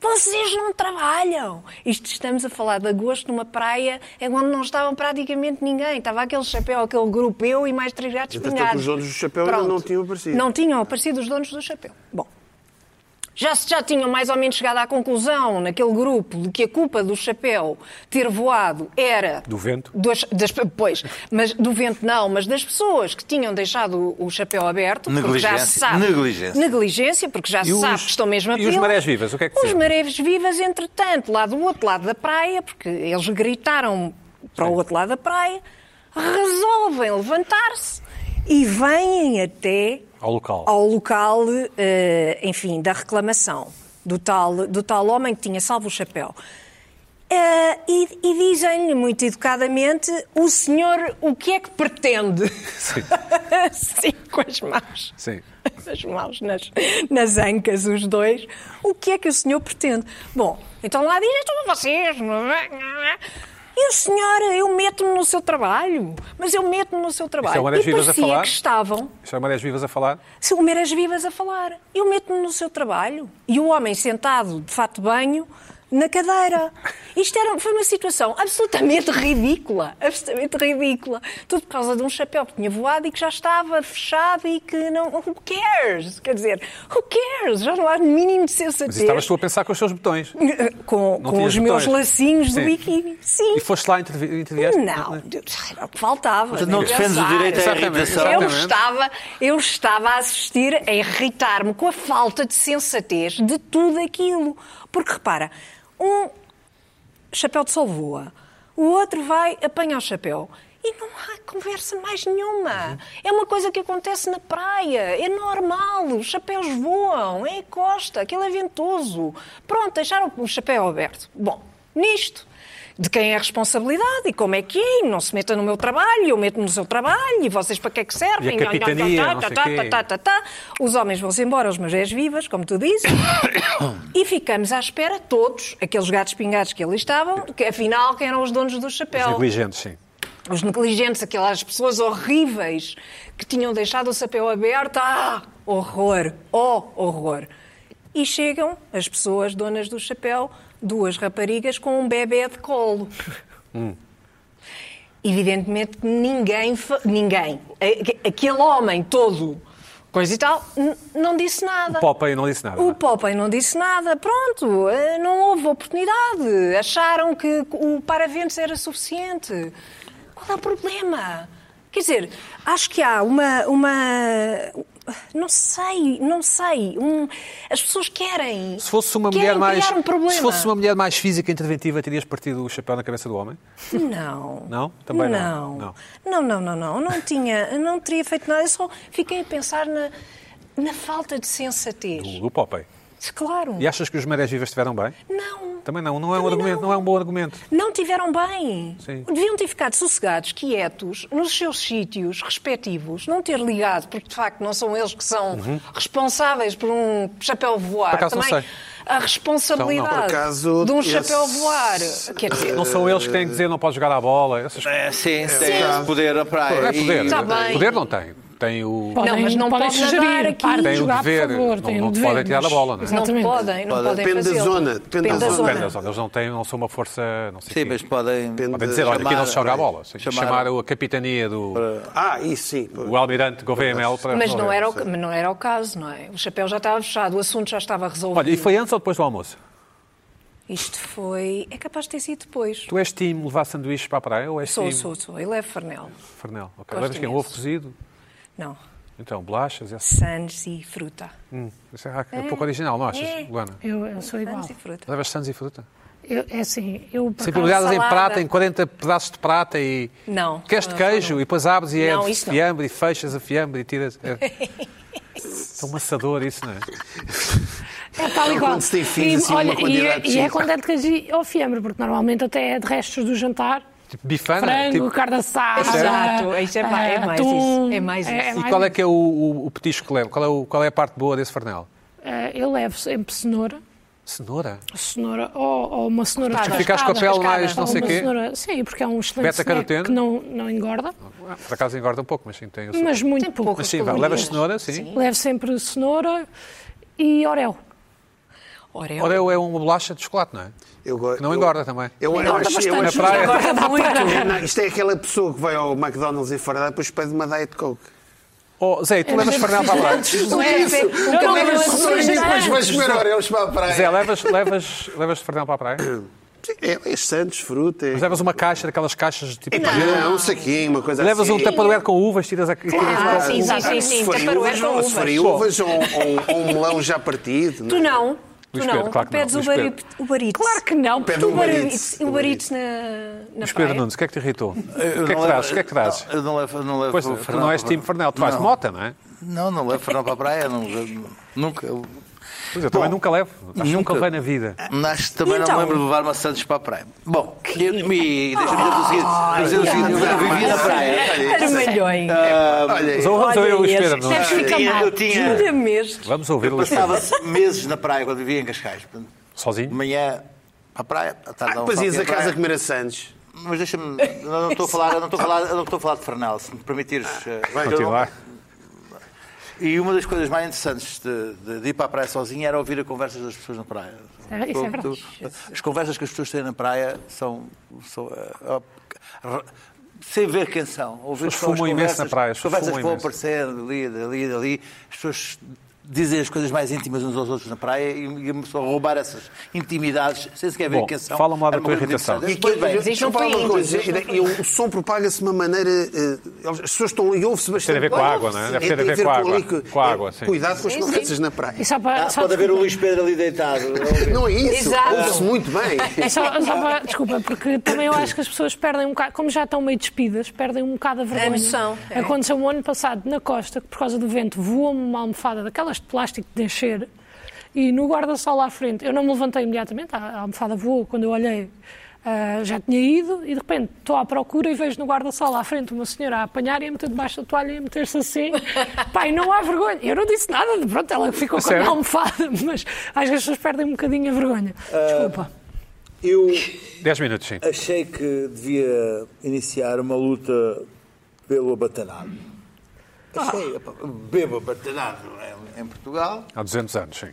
C: Vocês não trabalham! Isto estamos a falar de agosto numa praia em onde não estava praticamente ninguém. Estava aquele chapéu, aquele grupo, eu e mais três gatos
B: Entretanto,
C: pingados.
B: os donos do chapéu
C: Pronto.
B: não tinham aparecido.
C: Não tinham aparecido os donos do chapéu. Bom, já se já tinham mais ou menos chegado à conclusão naquele grupo de que a culpa do chapéu ter voado era
A: Do vento.
C: dos- das, pois, mas do vento não, mas das pessoas que tinham deixado o- o chapéu aberto porque já se
D: Negligência.
C: sabe
D: Negligência.
C: negligência porque já se
A: E os-
C: sabe que estão mesmo a
A: e os
C: pila.
A: marés vivas, o que é que
C: Os
A: fizeram?
C: marés vivas entretanto lá do outro lado da praia porque eles gritaram para o outro lado da praia resolvem levantar-se e vêm até
A: Ao local.
C: ao local, eh, enfim, da reclamação do tal, do tal homem que tinha salvo o chapéu. Eh, e e dizem-lhe muito educadamente: o senhor o que é que pretende?
A: Sim.
C: Sim, com as mãos.
A: Sim.
C: As mãos nas, nas ancas, os dois. O que é que o senhor pretende? Bom, então lá diz: então vocês. não é?" E o senhor, eu meto-me no seu trabalho, mas eu meto-me no seu trabalho.
A: é uma das
C: e
A: vivas a
C: parecia
A: falar?
C: que estavam
A: Está Marés Vivas a falar?
C: são meras vivas a falar. Eu meto-me no seu trabalho. E o homem sentado, de fato de banho, na cadeira. Isto era, foi uma situação absolutamente ridícula. Absolutamente ridícula. Tudo por causa de um chapéu que tinha voado e que já estava fechado e que não. Who cares? Quer dizer, who cares? Já não há mínimo
A: Mas
C: de sensatez.
A: estavas tu a pensar com os seus botões.
C: Com,
A: Não
C: com
A: tinhas
C: os meus
A: botões.
C: lacinhos
A: Sim.
C: do biquíni. Sim.
A: E foste lá intervi- intervieste?
C: Não, era o que faltava.
D: Portanto, não
C: nem
D: defendes o
C: pensar.
D: direito à
A: Exatamente,
D: irritação.
C: Eu
A: exatamente.
C: estava, eu estava a assistir a irritar-me com a falta de sensatez de tudo aquilo. Porque repara, um chapéu de sol voa, o outro vai apanhar o chapéu. E não há conversa mais nenhuma. É uma coisa que acontece na praia. É normal. Os chapéus voam. É a costa. Aquilo é ventoso. Pronto, deixaram o chapéu aberto. Bom, nisto. De quem é a responsabilidade e como é que é? E Não se meta no meu trabalho, eu meto-me no seu trabalho e vocês para que é que servem?
A: E a capitania,
C: Tá, tá,
A: não
C: tá,
A: sei
C: tá,
A: quê.
C: tá, tá, tá. Os homens vão-se embora, os marés vivas, como tu dizes. E ficamos à espera, todos, aqueles gatos pingados que ali estavam, que afinal, quem eram os donos do
A: Os
C: chapéu?
A: negligentes, sim.
C: Os negligentes, aquelas pessoas horríveis que tinham deixado o chapéu aberto. Ah, horror! Oh, horror! E chegam as pessoas donas do chapéu, duas raparigas com um bebê de colo. Evidentemente, ninguém, fa- ninguém, a- aquele homem todo, coisa e tal, n- não disse nada.
A: O Popeye não é? disse nada.
C: O Popeye não disse nada, pronto, eh, não houve oportunidade. Acharam que o paraventos era suficiente. Qual é o problema? Quer dizer, acho que há uma. uma não sei, não sei. Um, as pessoas querem.
A: Se fosse uma
C: querem
A: mulher mais.
C: criar Um problema.
A: se fosse uma mulher mais física e interventiva, terias partido o chapéu na cabeça do homem?
C: Não.
A: Não? Também não.
C: Não, não, não, não. não. Não tinha, não teria feito nada. Eu só fiquei a pensar na, na falta de sensatez.
A: Do, do Popeye.
C: Claro.
A: E achas que os marés vivas estiveram bem?
C: Não.
A: Também não, não é um
C: Também
A: argumento, não. é um bom argumento.
C: não tiveram bem.
A: Sim.
C: Deviam ter ficado sossegados, quietos, nos seus sítios respectivos, não ter ligado, porque de facto não são eles que são responsáveis por um chapéu
A: Uhum.
C: voar.
A: Por acaso não
C: Também
A: sei.
C: a responsabilidade
A: Por
B: acaso,
C: de um
B: esse-
C: chapéu voar. Quer dizer,
A: Não são eles que têm que dizer não podes jogar à bola, essas coisas.
D: É, sim, tem esse poder à praia.
A: Não é
D: E-
A: poder.
C: Tá bem.
A: Poder não tem. Tem o.
E: Podem,
C: mas não
E: podem
C: pode
E: sugerir,
C: nadar aqui.
E: parem de
A: Tem o
E: jogar,
A: dever,
E: por favor.
A: não-
E: têm
A: não
E: o
A: te
E: dever,
A: podem tirar
E: mas-
A: a bola, não é?
C: não
E: Exatamente.
C: podem, não
D: Pode-
C: podem
B: depende da
C: fazê-lo.
B: zona, depende da zona.
A: Depende das zonas. Eles não têm, não são uma força. Não sei
D: Sim,
A: quê.
D: mas podem. eh,
A: Podem dizer, olha, aqui não se joga a
D: chamar-
A: bola. Sim. Chamar, a capitania do
B: Ah, isso sim.
A: o almirante Gouveia Mel para
C: Mas não
A: resolver.
C: era, o, mas não era o caso, não é? O chapéu já estava fechado, o assunto já estava resolvido.
A: Olha, e foi antes ou depois do almoço?
C: Isto foi. É capaz de ter sido depois.
A: Tu és time levar sanduíches para a praia ou és
C: Sou,
A: time...
C: sou, sou. Ele é Farnel.
A: Farnel, ok.
C: Gosto
A: Levas quem?
C: imenso.
A: Ovo cozido?
C: Não.
A: Então, bolachas? É...
C: Sandes e fruta.
A: Hum, isso é, é pouco original, não achas, Luana?
E: Eu, eu sou igual.
C: Sandes e fruta.
A: Levas sandes e fruta?
E: Eu- é assim, eu por
A: Sempre
E: acaso-
A: molhadas em
C: salada.
A: prata, em 40 pedaços de prata e...
C: Não.
A: Queres de
C: Não,
A: queijo
C: não.
A: e depois abres e é
C: Não,
A: de
C: isso não.
A: fiambre e fechas a fiambre e tiras... É. Tão maçador isso, não é?
E: É tal igual.
B: Quando se tem filhos, assim, uma
E: e,
B: quantidade
E: é- e é
B: de-
E: quando é de queijo ao fiambre, porque normalmente até é de restos do jantar.
A: Tipo bifana?
E: Frango,
A: tipo-
C: É
E: carne assada.
C: Exato, isso é mais- é
E: eh,
C: mais
E: atum,
C: isso, é mais isso.
A: E qual é que é o, o- o petisco que leva? Qual é, o- qual é a parte boa desse farnel?
E: Eh, Eu levo sempre cenoura.
A: Cenoura?
E: cenoura ou, ou uma cenoura
A: Porque
E: descascada.
A: ficas com a pele mais não
E: Ou
A: sei o
E: uma
A: quê.
E: cenoura- Sim, porque é um excelente
A: Beta-caroteno.
E: snack que não, não engorda,
A: Ah, Por acaso engorda um pouco, mas sim, tem o
E: mas muito
C: Tem
E: pouco.
A: Mas
C: poucas
A: sim, vá,
C: calorias.
A: levas cenoura, sim.
E: Levo sempre cenoura e orel.
C: Oreo.
A: Oreo é uma bolacha de chocolate, não é?
B: Eu go-
A: Que não
B: eu-
A: engorda também.
B: Eu, eu
C: tá
E: Engorda
B: acho, eu
E: bastante.
B: acho-
A: Na praia.
C: Engorda muito.
B: Não, isto é aquela pessoa que vai ao McDonald's enfardar e depois pede uma Diet Coke.
A: Oh, Zé,
C: É
A: tu levas farnel para a praia?
C: Não é isso. O
E: não
C: cabelo
E: levas
C: é
E: cenoura,
C: refrigerante.
E: mas
B: vais comer orelhas para a praia.
A: Zé, levas, levas, levas farnel para a praia?
B: Sim, É, é Santos, fruta. É...
A: Mas levas uma caixa, daquelas caixas de tipo... gelo?
B: Não, um saquinho, uma coisa
A: Levas um
B: assim. um
A: taparoeiro com uvas, tiras a... tiras
C: Ah,
A: a-
C: sim, sim, sim,
B: Se
C: sim.
B: forem
C: Tupperware
B: uvas,
C: com
B: ou- se forem
C: uvas.
B: uvas ou, ou- ou um melão já partido. é?
C: Tu não.
A: Luís
C: Tu
A: Pedro,
C: não.
A: claro
C: Tu
A: que não.
C: pedes o
A: Luís
C: barito. o barito.
E: Claro que não.
B: Pede
C: Tu
B: um barito.
C: barito. O barito na, na
A: Mas Pedro
C: praia.
A: Nunes, o que é que te irritou? O que
D: Eu
A: é que
D: não
A: trazes?
D: levo-
A: O que é que trazes?
D: Eu não levo, eu não levo
A: Pois,
D: o
A: tu
D: Fernão
A: não és
D: para-
A: time farnel, tu vais de
D: Não.
A: mota, não é?
D: Não, não levo Fernão para a praia, não, nunca.
A: Pois eu também nunca levo. Acho que nunca
D: nunca.
A: levei na vida.
D: Mas também não
C: Então?
D: me lembro de levar maçãs para a praia. Bom, eu- e deixa-me dizer o seguinte, dizer o seguinte, eu vivia na praia.
C: Vermelhões.
A: Mas vamos ouvir o Luís Pedro Nunes.
E: Sabes, fica
D: Eu-
E: mal.
D: Eu tinha,
C: Jura mesmo.
A: Vamos ouvir o
D: eu
A: Luís Pedro.
D: passava meses na praia quando vivia em Cascais. Portanto, De
A: Sozinho?
D: manhã para a praia, à tarde
B: Ah,
D: dava um
B: depois
D: salto
B: ias
D: na
B: a
D: praia.
B: casa comer a Santos.
D: Mas deixa-me, eu não estou a falar, eu não estou a falar, eu não estou a falar de Fernal, se me permitires.
B: Ah,
D: eh, eu não-
A: Continuar.
D: E uma das coisas mais interessantes de, de- de ir para a praia sozinha era ouvir as conversas das pessoas na praia.
E: É, isso é verdade.
D: As conversas que as pessoas têm na praia são. são, eh, ra- sem ver quem são. Ouvir
A: As pessoas
D: só as
A: fumam imenso
D: conversas,
A: na praia, as
D: As
A: pessoas
D: conversas que
A: fumam
D: vão
A: imenso.
D: aparecendo ali, dali, dali. As pessoas dizem as coisas mais íntimas uns aos outros na praia e e começam a roubar essas intimidades sem sequer ver
A: Bom,
D: quem são.
A: fala-me lá da
D: É uma
A: tua
D: coisa
A: irritação.
D: interessante. Depois vem-
C: isto não
B: Deixa eu falar
C: foi
B: uma
C: índio,
B: coisa.
C: isto não foi
B: E o som propaga-se de uma maneira. eh, As pessoas estão e ouve-se bastante.
A: Tem a ver com a água, não é? Deve ter a ver com a água.
B: líquido. É,
A: Com a água, sim.
B: Cuidado com as
C: Sim, sim. é um-
B: conversas na praia.
E: E só para,
D: Ah,
E: só
D: pode haver o
E: desculpa.
D: Luís Pedro ali deitado.
B: Não é isso.
C: Exato.
B: Ouve-se muito bem.
E: É só, só para, desculpa, porque também eu acho que as pessoas perdem um bocado, como já estão meio despidas, perdem um bocado a vergonha.
C: noção, é.
E: Aconteceu um ano passado na costa, que por causa do vento voou-me uma almofada daquelas de plástico de encher e no guarda-sol à frente, eu não me levantei imediatamente, a a almofada voou, quando eu olhei ah, já tinha ido e de repente estou à procura e vejo no guarda-sol à frente uma senhora a apanhar e a meter debaixo da toalha e a meter-se assim. Pai, não há vergonha. Eu não disse nada, pronto, ela ficou com
A: Sério?
E: a almofada, mas acho que as pessoas perdem um bocadinho a vergonha. Desculpa.
F: Eu
A: 10 minutos, sim.
F: achei que devia iniciar uma luta pelo abatanado.
D: Achei, epá, Bebo abatanado em- em Portugal,
A: Há 200 anos, sim.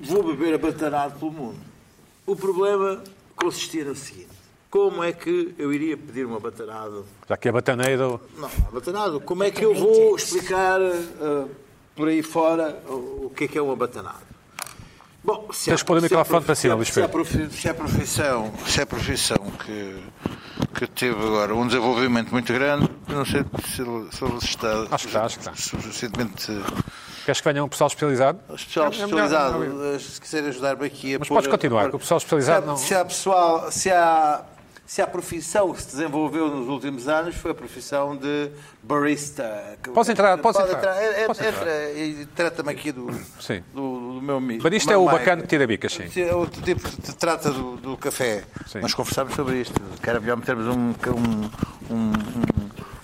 D: vou beber abatanado pelo mundo. O problema consistia no seguinte: como é que eu iria pedir um abatanado?
A: Já que é bataneiro...
D: Não, abatanado, como é que eu vou explicar ah, por aí fora o, o que é que é um abatanado? Bom, se
A: Tens
D: há-
A: que pôr o
D: se há
A: microfone
D: prof-
A: para cima,
D: se há-
A: Luís
D: se há
A: Pedro.
D: profi- Se é profissão, se é profissão que, que teve agora um desenvolvimento muito grande, eu não sei se ele, se ele está,
A: Acho que está, acho que está.
D: suficientemente
A: Queres que venha um pessoal especializado?
D: especial especializado, eh, se quiser ajudar-me aqui a
A: Mas
D: pôr-
A: podes continuar,
D: a pôr-
A: que o pessoal especializado
D: se há,
A: não-
D: Se há pessoal, se há, se há profissão que se desenvolveu nos últimos anos, foi a profissão de barista. Que-
A: Posso entrar,
D: Pode
A: posso entrar.
D: en- en-
A: Posso entrar.
D: entra e trata-me aqui do,
A: Sim.
D: do, do meu amigo.
A: Barista
D: do meu
A: é o
D: Mike.
A: bacana que tira bicas, sim.
D: É outro tipo que te trata do, do café.
A: Sim.
D: Nós conversámos sobre isto, que era melhor metermos um... um, um-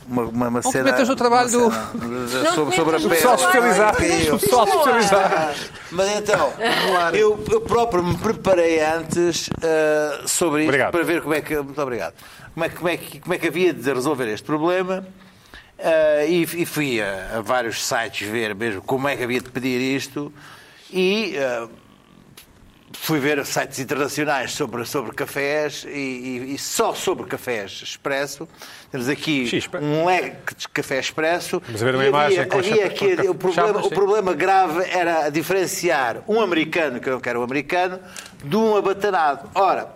D: uma, uma, uma cena-
A: metas no trabalho do-
D: uma cena, eh, sobre, sobre a
C: metas no
D: pele.
A: Pessoal especializado.
D: Eu-
A: Pessoal especializado.
D: mas então, eu, eu próprio me preparei antes ah, sobre isto
A: Obrigado.
D: para ver como é que. Muito obrigado. Como é, que- como é que, como é que havia de resolver este problema. Ah, e, e fui a, a vários eh, sites ver mesmo como é que havia de pedir isto. E ah, fui ver sites internacionais sobre, sobre cafés e, e- e só sobre cafés expresso. Temos aqui
A: Chispa.
D: um leque de café expresso.
A: Mas a ver uma
D: E
A: imagem com
D: havia, havia
A: chapa-
D: aqui,
A: com
D: o, problema,
A: chapas,
D: o
A: sim.
D: problema grave era diferenciar um americano, que eu quero um americano, de um abatanado. Ora,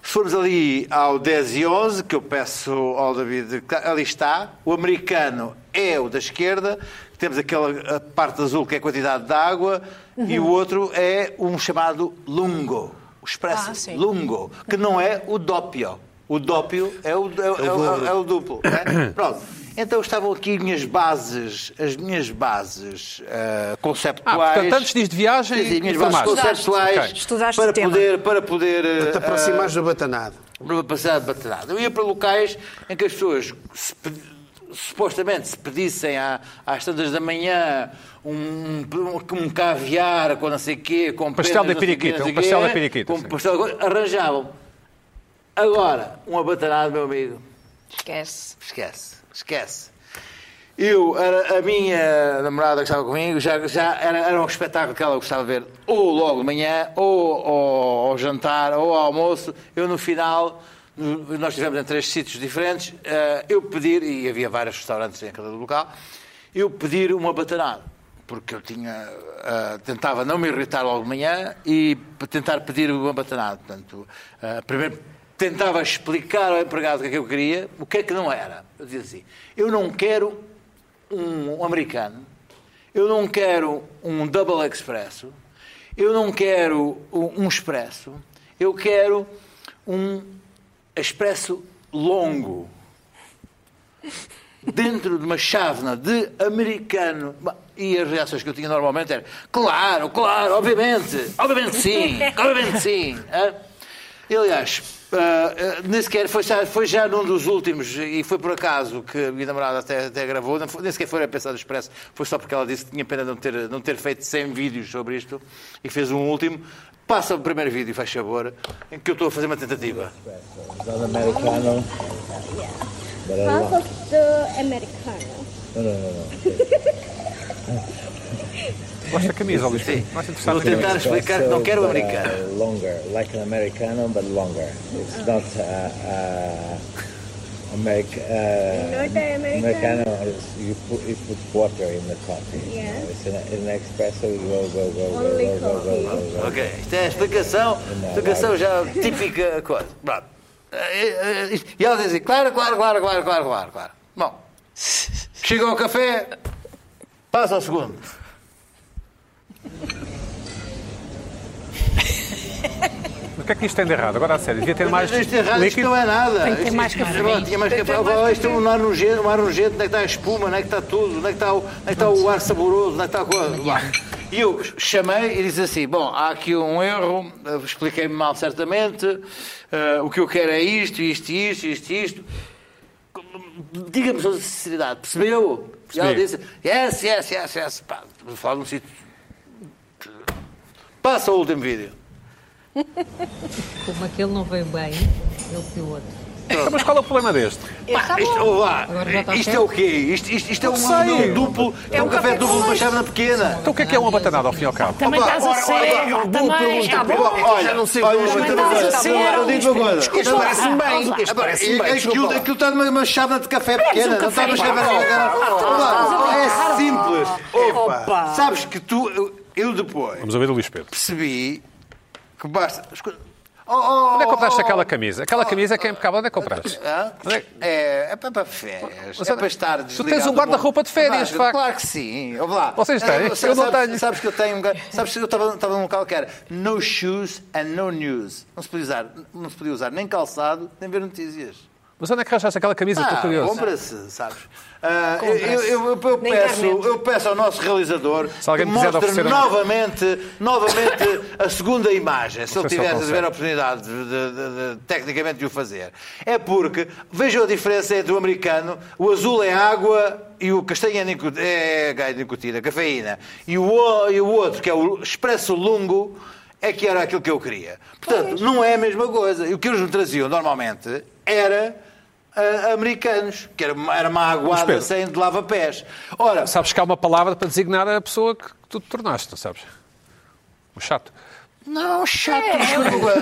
D: se formos ali ao 10 e 11, que eu peço ao David, que tá, ali está, o americano é o da esquerda, temos aquela a parte azul que é a quantidade de água, e o outro é um chamado lungo, o expresso
C: Ah, sim.
D: lungo, que não é o dópio. O dópio é o, é o- é o- é o duplo. né? Pronto. Então estavam aqui minhas bases, as minhas bases eh,
A: Ah,
D: conceptuais.
A: portanto, antes diz de viagem,
D: Sim, sim, minhas bases
A: informaste.
D: conceptuais
A: Ok.
C: Estudaste
D: para,
C: o tema.
D: poder, para poder eh,
B: Te aproximares do batanado.
D: para passar de batanada. Eu ia para locais em que as pessoas se pe- supostamente se pedissem à- às tantas da manhã um, um, um caviar com não sei quê, com
A: Pastel
D: penas,
A: da
D: não sei quê,
A: periquita,
D: não sei
A: um pastel
D: quê,
A: da periquita,
D: com
A: sim.
D: pastel- arranjavam. Agora, um abatanado, meu amigo,
C: Esquece.
D: esquece, esquece. Eu, era- a minha namorada que estava comigo, já, já era, era um espetáculo que ela gostava de ver, ou logo de manhã, ou, ao- ao jantar, ou ao almoço. Eu, no final, no- nós estivemos em três sítios diferentes, eh, eu pedir, e havia vários restaurantes em cada local, eu pedir uma batanada, porque eu tinha, eh, tentava não me irritar logo de manhã e p- tentar pedir uma batanada. Portanto, eh, primeiro tentava explicar ao empregado o que é que eu queria, o que é que não era. Eu dizia assim: eu não quero um americano, eu não quero um double expresso, eu não quero um um expresso, eu quero um expresso longo. Dentro de uma chávena de americano. Bah, E as reações que eu tinha normalmente era claro, claro, obviamente, obviamente sim, obviamente sim. hã? E, aliás, ah, ah, nem sequer foi já, foi já num dos últimos, e foi por acaso que a minha namorada até, até gravou, não foi- nem sequer foi a pensar do Expresso, foi só porque ela disse que tinha pena de não ter, não ter feito 100 vídeos sobre isto, e fez um último. Passa o primeiro vídeo, faz favor, em que eu estou a fazer uma tentativa.
F: Not Americano. But I
G: half
F: love.
G: of the Americano.
F: No, no, no, no.
A: Gosto da camisa, Luís.
D: Sim.
A: Mais interessado
D: Vou
A: na camisa.
D: tentar explicar que não quero o
F: But, uh,
D: americano.
F: Longer, like an Americano, but longer. It's
G: Oh.
F: not uh, uh, Americ- uh,
G: Not the Americano.
F: Americano. is you put you put water in the coffee. you
G: Yeah.
F: know. It's an, an espresso. You go go go go
G: Only
F: go go go go.
G: coffee.
F: go.
D: Ok, isto é a explicação, explicação já típica coisa. Pronto. Eh, eh, E ela dizia, claro, claro, claro, claro, claro, claro, claro. Bom, chega ao café, passa ao segundo.
A: O que é que isto tem de errado? Agora, a sério, devia ter mais
D: Mas isto errado, isto
A: líquido.
D: não é nada.
E: Tem que ter
D: Isto-
E: mais café.
D: Pronto, tinha mais café. Agora isto é um ar nojento, um ar nojento, onde é que está a espuma, onde é que está tudo, onde é que está o, onde é que está o ar saboroso, onde é que está a coisa. Lá. E eu chamei e disse assim, bom, há aqui um erro, eh, expliquei-me mal certamente, eh, o que eu quero é isto, isto, isto, isto, isto. Diga-me sua sinceridade, percebeu? E ela disse, yes, yes, yes, yes. Pá, vou falar num sítio. Passa o último vídeo.
H: Como aquele não veio bem, ele pediu outro.
A: Então, Mas qual é o problema deste?
D: Pá, isto, oh, vá,
H: Agora já está
B: tá
D: isto é
H: certo.
D: o quê? Isto, isto- isto é um
A: sei.
D: algodão duplo, é um café duplo de uma chávena pequena.
A: Então, o que é que é uma batanada, ao fim e ao cabo?
C: Então-
E: Também
D: Opa,
E: estás a
D: ora,
E: ser.
B: ora, ora,
E: Também
B: vou
E: está
B: pelo-
E: bom.
D: Olha,
B: não sei
D: olha,
B: como
D: uma
B: é que
D: coisa,
E: estás a ser.
D: eu digo uma coisa.
B: Isto parece-me bem.
D: Ah,
B: Isto
D: pá,
B: parece-me bem.
D: Aquilo,
B: desculpa.
D: aquilo está numa, numa chávena de café
E: um
D: pequena, não está numa chávena de
E: Ah,
D: garrafa. Opa, É simples. Opa, sabes que tu, eu- eu depois
A: Vamos ouvir o Luís Pedro.
D: percebi que basta. escuta, Oh, oh,
A: Onde é que compraste
D: oh, oh.
A: aquela camisa? Aquela camisa é que é impecável. Onde é que compraste?
D: Hã?
A: Onde é-
D: É, é para, para férias.
A: Mas
D: é
A: é-
D: para estar
A: tu
D: desligado
A: tens um
D: do mundo.
A: guarda-roupa de férias,
D: claro,
A: facto.
D: claro que sim. Ouve lá.
A: Vocês têm?
D: Eh,
A: Eu
D: sabes-
A: não tenho.
D: Sabes que eu tenho um ga- Sabes que eu estava, estava num local que era no shoes and no news. Não se podia usar, não se podia usar nem calçado, nem ver notícias.
A: Mas onde é que achaste aquela camisa? Estou
D: Ah,
A: curioso.
D: Compra-se, sabes? Ah, eu, eu- eu- eu
C: Na
D: peço,
C: internet.
D: eu peço ao nosso realizador
A: Se alguém
D: que
A: quiser
D: mostre
A: oferecer um-
D: novamente, novamente a segunda imagem, se
A: Não
D: ele
A: sei se ele
D: tiver a
A: consegue.
D: ver a oportunidade de, de- de- de- tecnicamente de o fazer. É porque vejam a diferença entre o americano, o azul é água e o castanho é, nico- é gás de nicotina, cafeína, e o, o- e o outro, que é o expresso longo, é que era aquilo que eu queria. Portanto, não é a mesma coisa. E o que eles me traziam normalmente era ah, americanos, que era, era uma
A: Mas,
D: aguada
A: Pedro,
D: sem de lava-pés. Ora,
A: Sabes que há uma palavra para designar a pessoa que tu te tornaste, não sabes? Um chato.
D: Não, chato. Desculpa.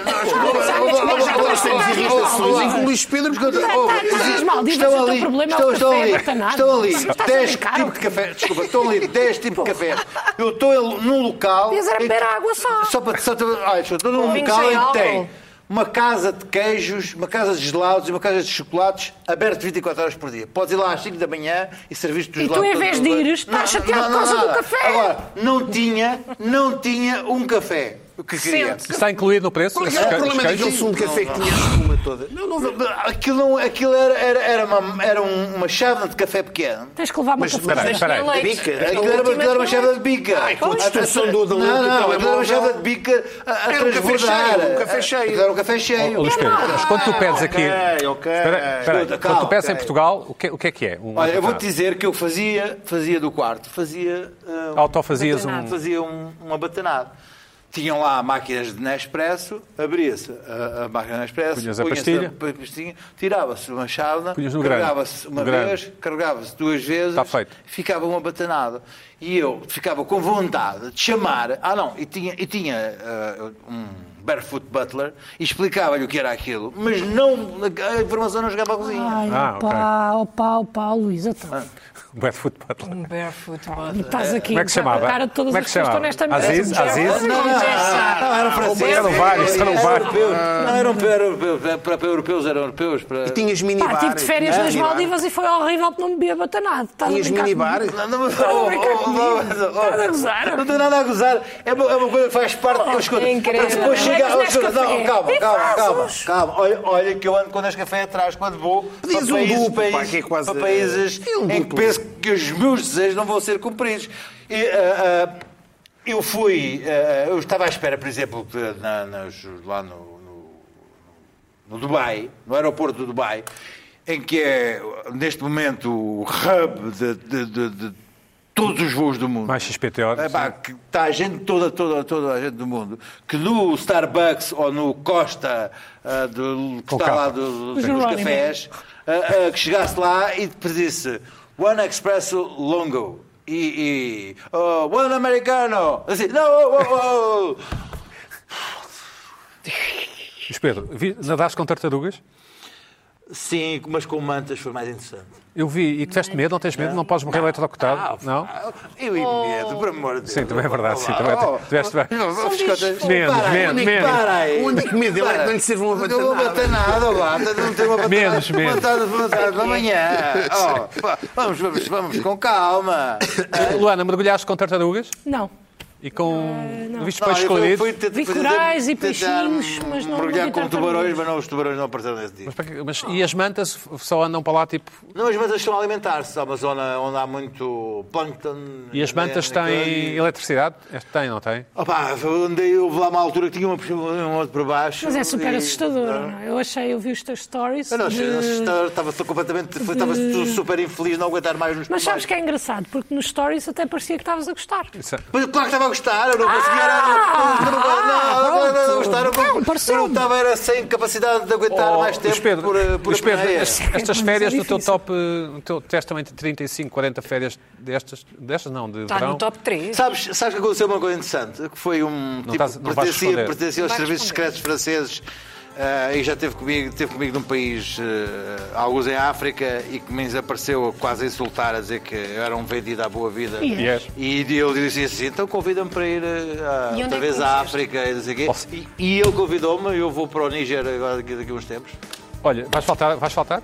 B: irritações, o Luís Pedro.
E: tá, As Maldivas, o teu problema é o
D: Oh, estão, estão
E: café
D: ali,
E: batanado.
D: estão ali
E: Estás a
D: 10
E: brincar,
D: tipos de café, desculpa, estão ali 10 tipos de café. Eu estou em- num local.
E: Devias era
D: em que-
E: beber água só.
D: Só para. Só, para- ai, estou num
C: vinho
D: local
C: sem
D: em que
C: álcool.
D: tem uma casa de queijos, uma casa de gelados e uma casa de chocolates aberto 24 horas por dia. Podes ir lá às 5 da manhã e servir-te os
E: E tu,
D: gelados.
E: em
D: todos
E: vez
D: os
E: de
D: dias.
E: ires, estás
D: Não, não,
E: chateado por causa
D: não,
E: do
D: não.
E: café.
D: Agora, não tinha, não tinha um café. O que queria.
A: Está incluído no preço?
B: Qual é que
A: esses
B: era o
A: ca-
B: problema
A: os queijos?
B: daquele
D: um
B: sumo de café que tinha a espuma toda? Não, não vou.
D: Aquilo, não- aquilo era, era, era uma, era um- uma chávena de café pequena.
E: Tens que levar uma
B: Mas-
E: café.
A: Espera aí, espera
C: É
A: aí.
B: Bica.
D: Aquilo era, aquilo era uma chávena de bica.
B: Ai, com a distorção do- do- do
D: Não, não, aquilo era
B: telemóvel.
D: uma chávena de bica a, a
B: Era um café
D: transbordar.
B: cheio, um café cheio.
D: Aquilo Era um café
A: Ó,
D: cheio.
A: Luís Pedro, quando tu pedes
B: ok,
A: aqui.
B: ok.
A: Espera, espera aí. Quando tu
D: Escuta, calma,
A: pedes em
D: ok.
A: Portugal, o que, o que é que é? Um
D: Olha, eu vou-te
A: autocarro?
D: dizer que eu fazia, fazia do quarto, fazia... ah, um
A: Autofazias
D: batanado.
A: um-
D: Fazia um, um abatanado. Tinham lá máquinas de Nespresso, abria-se a, a máquina de Nespresso,
A: Punhas a
D: punha-se
A: pastilha.
D: pa- pastilha, tirava-se uma chávena,
A: Punhas no grande,
D: carregava-se uma
A: no grande.
D: vez, carregava-se duas vezes,
A: Está feito.
D: ficava um abatanado. E eu ficava com vontade de chamar... Ah, não, e tinha, e tinha ah, um barefoot butler e explicava-lhe o que era aquilo, mas não, a informação não chegava à cozinha.
E: Ai,
A: Ah,
E: opá, opá, opá, Luísa, tá.
A: Barefoot um Butler.
C: Um Barefoot.
E: estás aqui.
A: Como é que se
E: já
A: chamava?
E: a cara de todas
A: Como é
E: as
A: que se
E: pessoas que estão
A: chamava?
E: nesta mesa.
A: Aziz? Aziz?
D: Não, não, não,
A: Ah,
D: não,
A: um
D: era francês.
A: Eram vários, eram vários.
D: Europeu. Não, eram para europeus, para- para europeus, eram europeus. Para...
B: Tinhas
E: Pá,
B: minibar.
E: tive de férias
B: Tinhas
E: nas
B: minibar.
E: Maldivas e foi horrível que não me bebia batanado. Estás a
B: Tinhas
E: brincar
B: minibar.
E: comigo?
D: Não, não, mas-
E: Estás a
D: oh,
E: brincar
D: oh, oh,
E: comigo?
D: oh,
E: Estás a gozar?
D: Não tem nada a gozar. É uma, é uma coisa que faz parte da escuta.
C: incrível.
D: Depois chega.
E: Levas
D: Não,
E: Nescafé.
D: calma,
E: E
D: calma,
E: fazes.
D: calma, calma. Olha, olha que eu ando com o Nescafé atrás quando vou para
B: Diz um
D: países,
B: duplo, pá,
D: países-
B: que é quase-
D: para países
B: Diz um
D: em que
B: duplo.
D: penso que os meus desejos não vão ser cumpridos. E, ah, ah, eu fui. ah, eu estava à espera, por exemplo, que na- nas- lá no- no no Dubai, no aeroporto do Dubai, em que é, neste momento, o hub de, de- de- de todos os voos do mundo.
A: Mais XPTO.
D: É, pá, que está a gente toda, toda, toda a gente do mundo. Que no Starbucks ou no Costa, ah, do, que
A: Com
D: está lá
A: capa.
D: do- do-
E: Os Jerónimo.
D: dos cafés, ah, ah, que chegasse lá e pedisse One Expresso Longo e, e oh, One Americano. Assim, não, oh, oh, oh.
A: Luís Pedro, vi- nadaste com tartarugas?
D: Sim, mas com mantas foi mais interessante.
A: Eu vi. E tiveste medo? Não tens medo? Não podes morrer
D: Ah,
A: eletrocutado? Não?
D: ah, Eu e medo, por amor de Deus.
A: Sim, também é verdade, sim, também
D: Oh,
A: tu- tiveste bem.
D: oh, oh, escuta,
A: Menos,
D: para aí,
A: menos,
D: único-
A: menos.
D: Para aí.
B: O único medo dele é que não lhe sirva uma
D: Não vou bater nada, lá. Não tem uma batanada.
A: Menos, menos.
D: Batanada, batanada da manhã. Oh, pá, vamos, vamos, vamos com calma. ah.
A: Luana, mergulhaste com tartarugas?
E: Não.
A: E
C: Ah,
A: com.
E: não.
A: Viste
D: Não,
A: peixe
D: eu- eu
A: colorido?
D: fui te-
E: Vi
D: te-
E: corais e
D: tentar
E: peixinhos, mas não-
D: Mergulhar
E: não vi
D: com tubarões,
E: tartarugas.
D: mas não, os tubarões não apareceram nesse dia.
A: Mas, para quê? Mas- e as mantas f- só andam para lá tipo.
D: Não, as mantas estão a alimentar-se. Há uma zona onde há muito plâncton.
A: E as mantas têm eletricidade? Tem, não tem?
D: Opa, andei, houve lá uma altura que tinha uma, por cima, um outro por baixo.
E: Mas é super
D: e-
E: assustador, não é? Eu achei, eu vi os teus stories.
D: Eu não achei
E: de-
D: assustador, estava só completamente. foi- Estava su- super infeliz não aguentar mais nos
E: Mas sabes
D: trabalhos.
E: que é engraçado, porque nos stories até parecia que estavas a gostar.
A: Isso- é-
D: Mas claro que estava a gostar, eu não conseguia. Era, não, não, não, não, não, não, não, gostar, eu não- eu não
E: pareceu-me.
D: estava era sem capacidade de aguentar
A: Oh,
D: mais tempo
A: Luís Pedro,
D: por, eh, por
A: Luís Pedro,
D: apneia.
A: est- estas
E: Mas
A: férias
E: é
A: no teu
E: difícil.
A: top, eh, no teu, testamento 35, 40 férias destas, destas não, de
C: Está
A: verão.
C: Tá no top 3.
D: Sabes, sabes que aconteceu uma coisa interessante? Que foi um tipo
A: estás-
D: que
A: não vais
D: pertencia,
A: responder.
D: pertencia aos
C: Não vais
D: serviços
C: responder.
D: secretos franceses eh, e já esteve comigo, esteve comigo num país, eh, alguns em África, e que me desapareceu a quase insultar, a dizer que eu era um vendido à boa vida.
A: E és.
D: E eu disse assim: então convida-me para ir eh, a-
C: E onde é
D: outra
C: que
D: vez à África e não sei o quê.
A: Posso-
D: E, e ele convidou-me, eu vou para o Níger agora daqui, daqui a uns tempos.
A: Olha, vais faltar, vais faltar?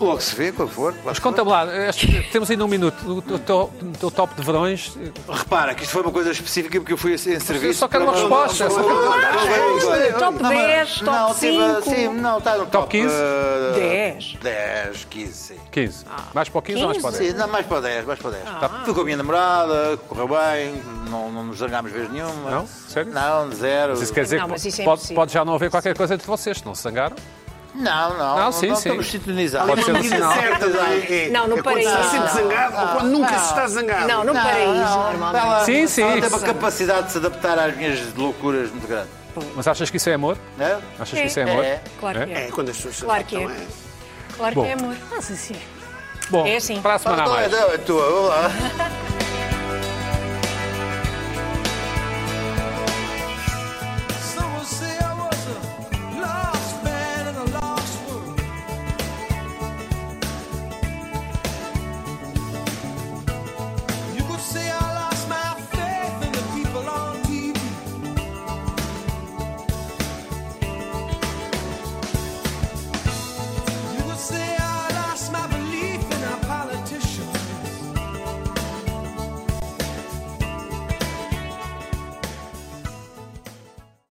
D: Logo se vê, quando for. quando
A: Mas
D: for.
A: conta-me lá, este- temos ainda um minuto. O teu, o teu top de verões. eh,
D: Repara que isto foi uma coisa específica porque eu fui em serviço.
A: Eu só quero uma
D: Não, não,
A: resposta.
D: não, não, não, não, não, não, não, não, não,
C: Tá Top
D: não, não,
C: 10, top
D: não, tive-
C: 5.
D: Sim, não, está no top,
A: 15?
D: eh,
C: 10.
D: 10, 15, sim.
A: 15.
C: Ah,
A: Mais para o 15, ou mais para o 10?
D: Sim, não, mais para o 10, mais para o 10. Fui Tá com a minha namorada, correu bem, não, não nos zangámos vez nenhuma.
A: Não? Sério?
D: Não, zero.
A: Isso quer dizer
C: Não,
A: que
C: mas isso é
A: pode,
C: impossível.
A: pode já não haver qualquer coisa entre vocês, não se zangaram?
D: Não, não,
A: Não, sim,
D: não
A: sim.
D: estamos sintonizados.
A: Pode ser um
D: Não,
A: sinal.
D: não, não,
C: Não, no
B: Quando
C: Paraíso.
B: estás sempre
C: não.
B: zangado ou quando nunca se está zangado.
C: Ah. Não, no paraíso, normalmente.
D: Ela,
A: Sim, sim.
D: Ela tem uma capacidade de se adaptar às minhas loucuras muito grande.
A: Mas achas que isso é amor?
D: Não?
A: Achas
C: É.
A: que isso é amor?
D: É.
C: Claro que é.
B: É quando as pessoas se
C: Claro que é.
B: adaptam,
C: Claro que
A: Bom.
C: é amor.
E: Não sei se é.
A: Bom,
C: É assim.
A: para a semana a mais.
D: Não, é tua, vamos lá.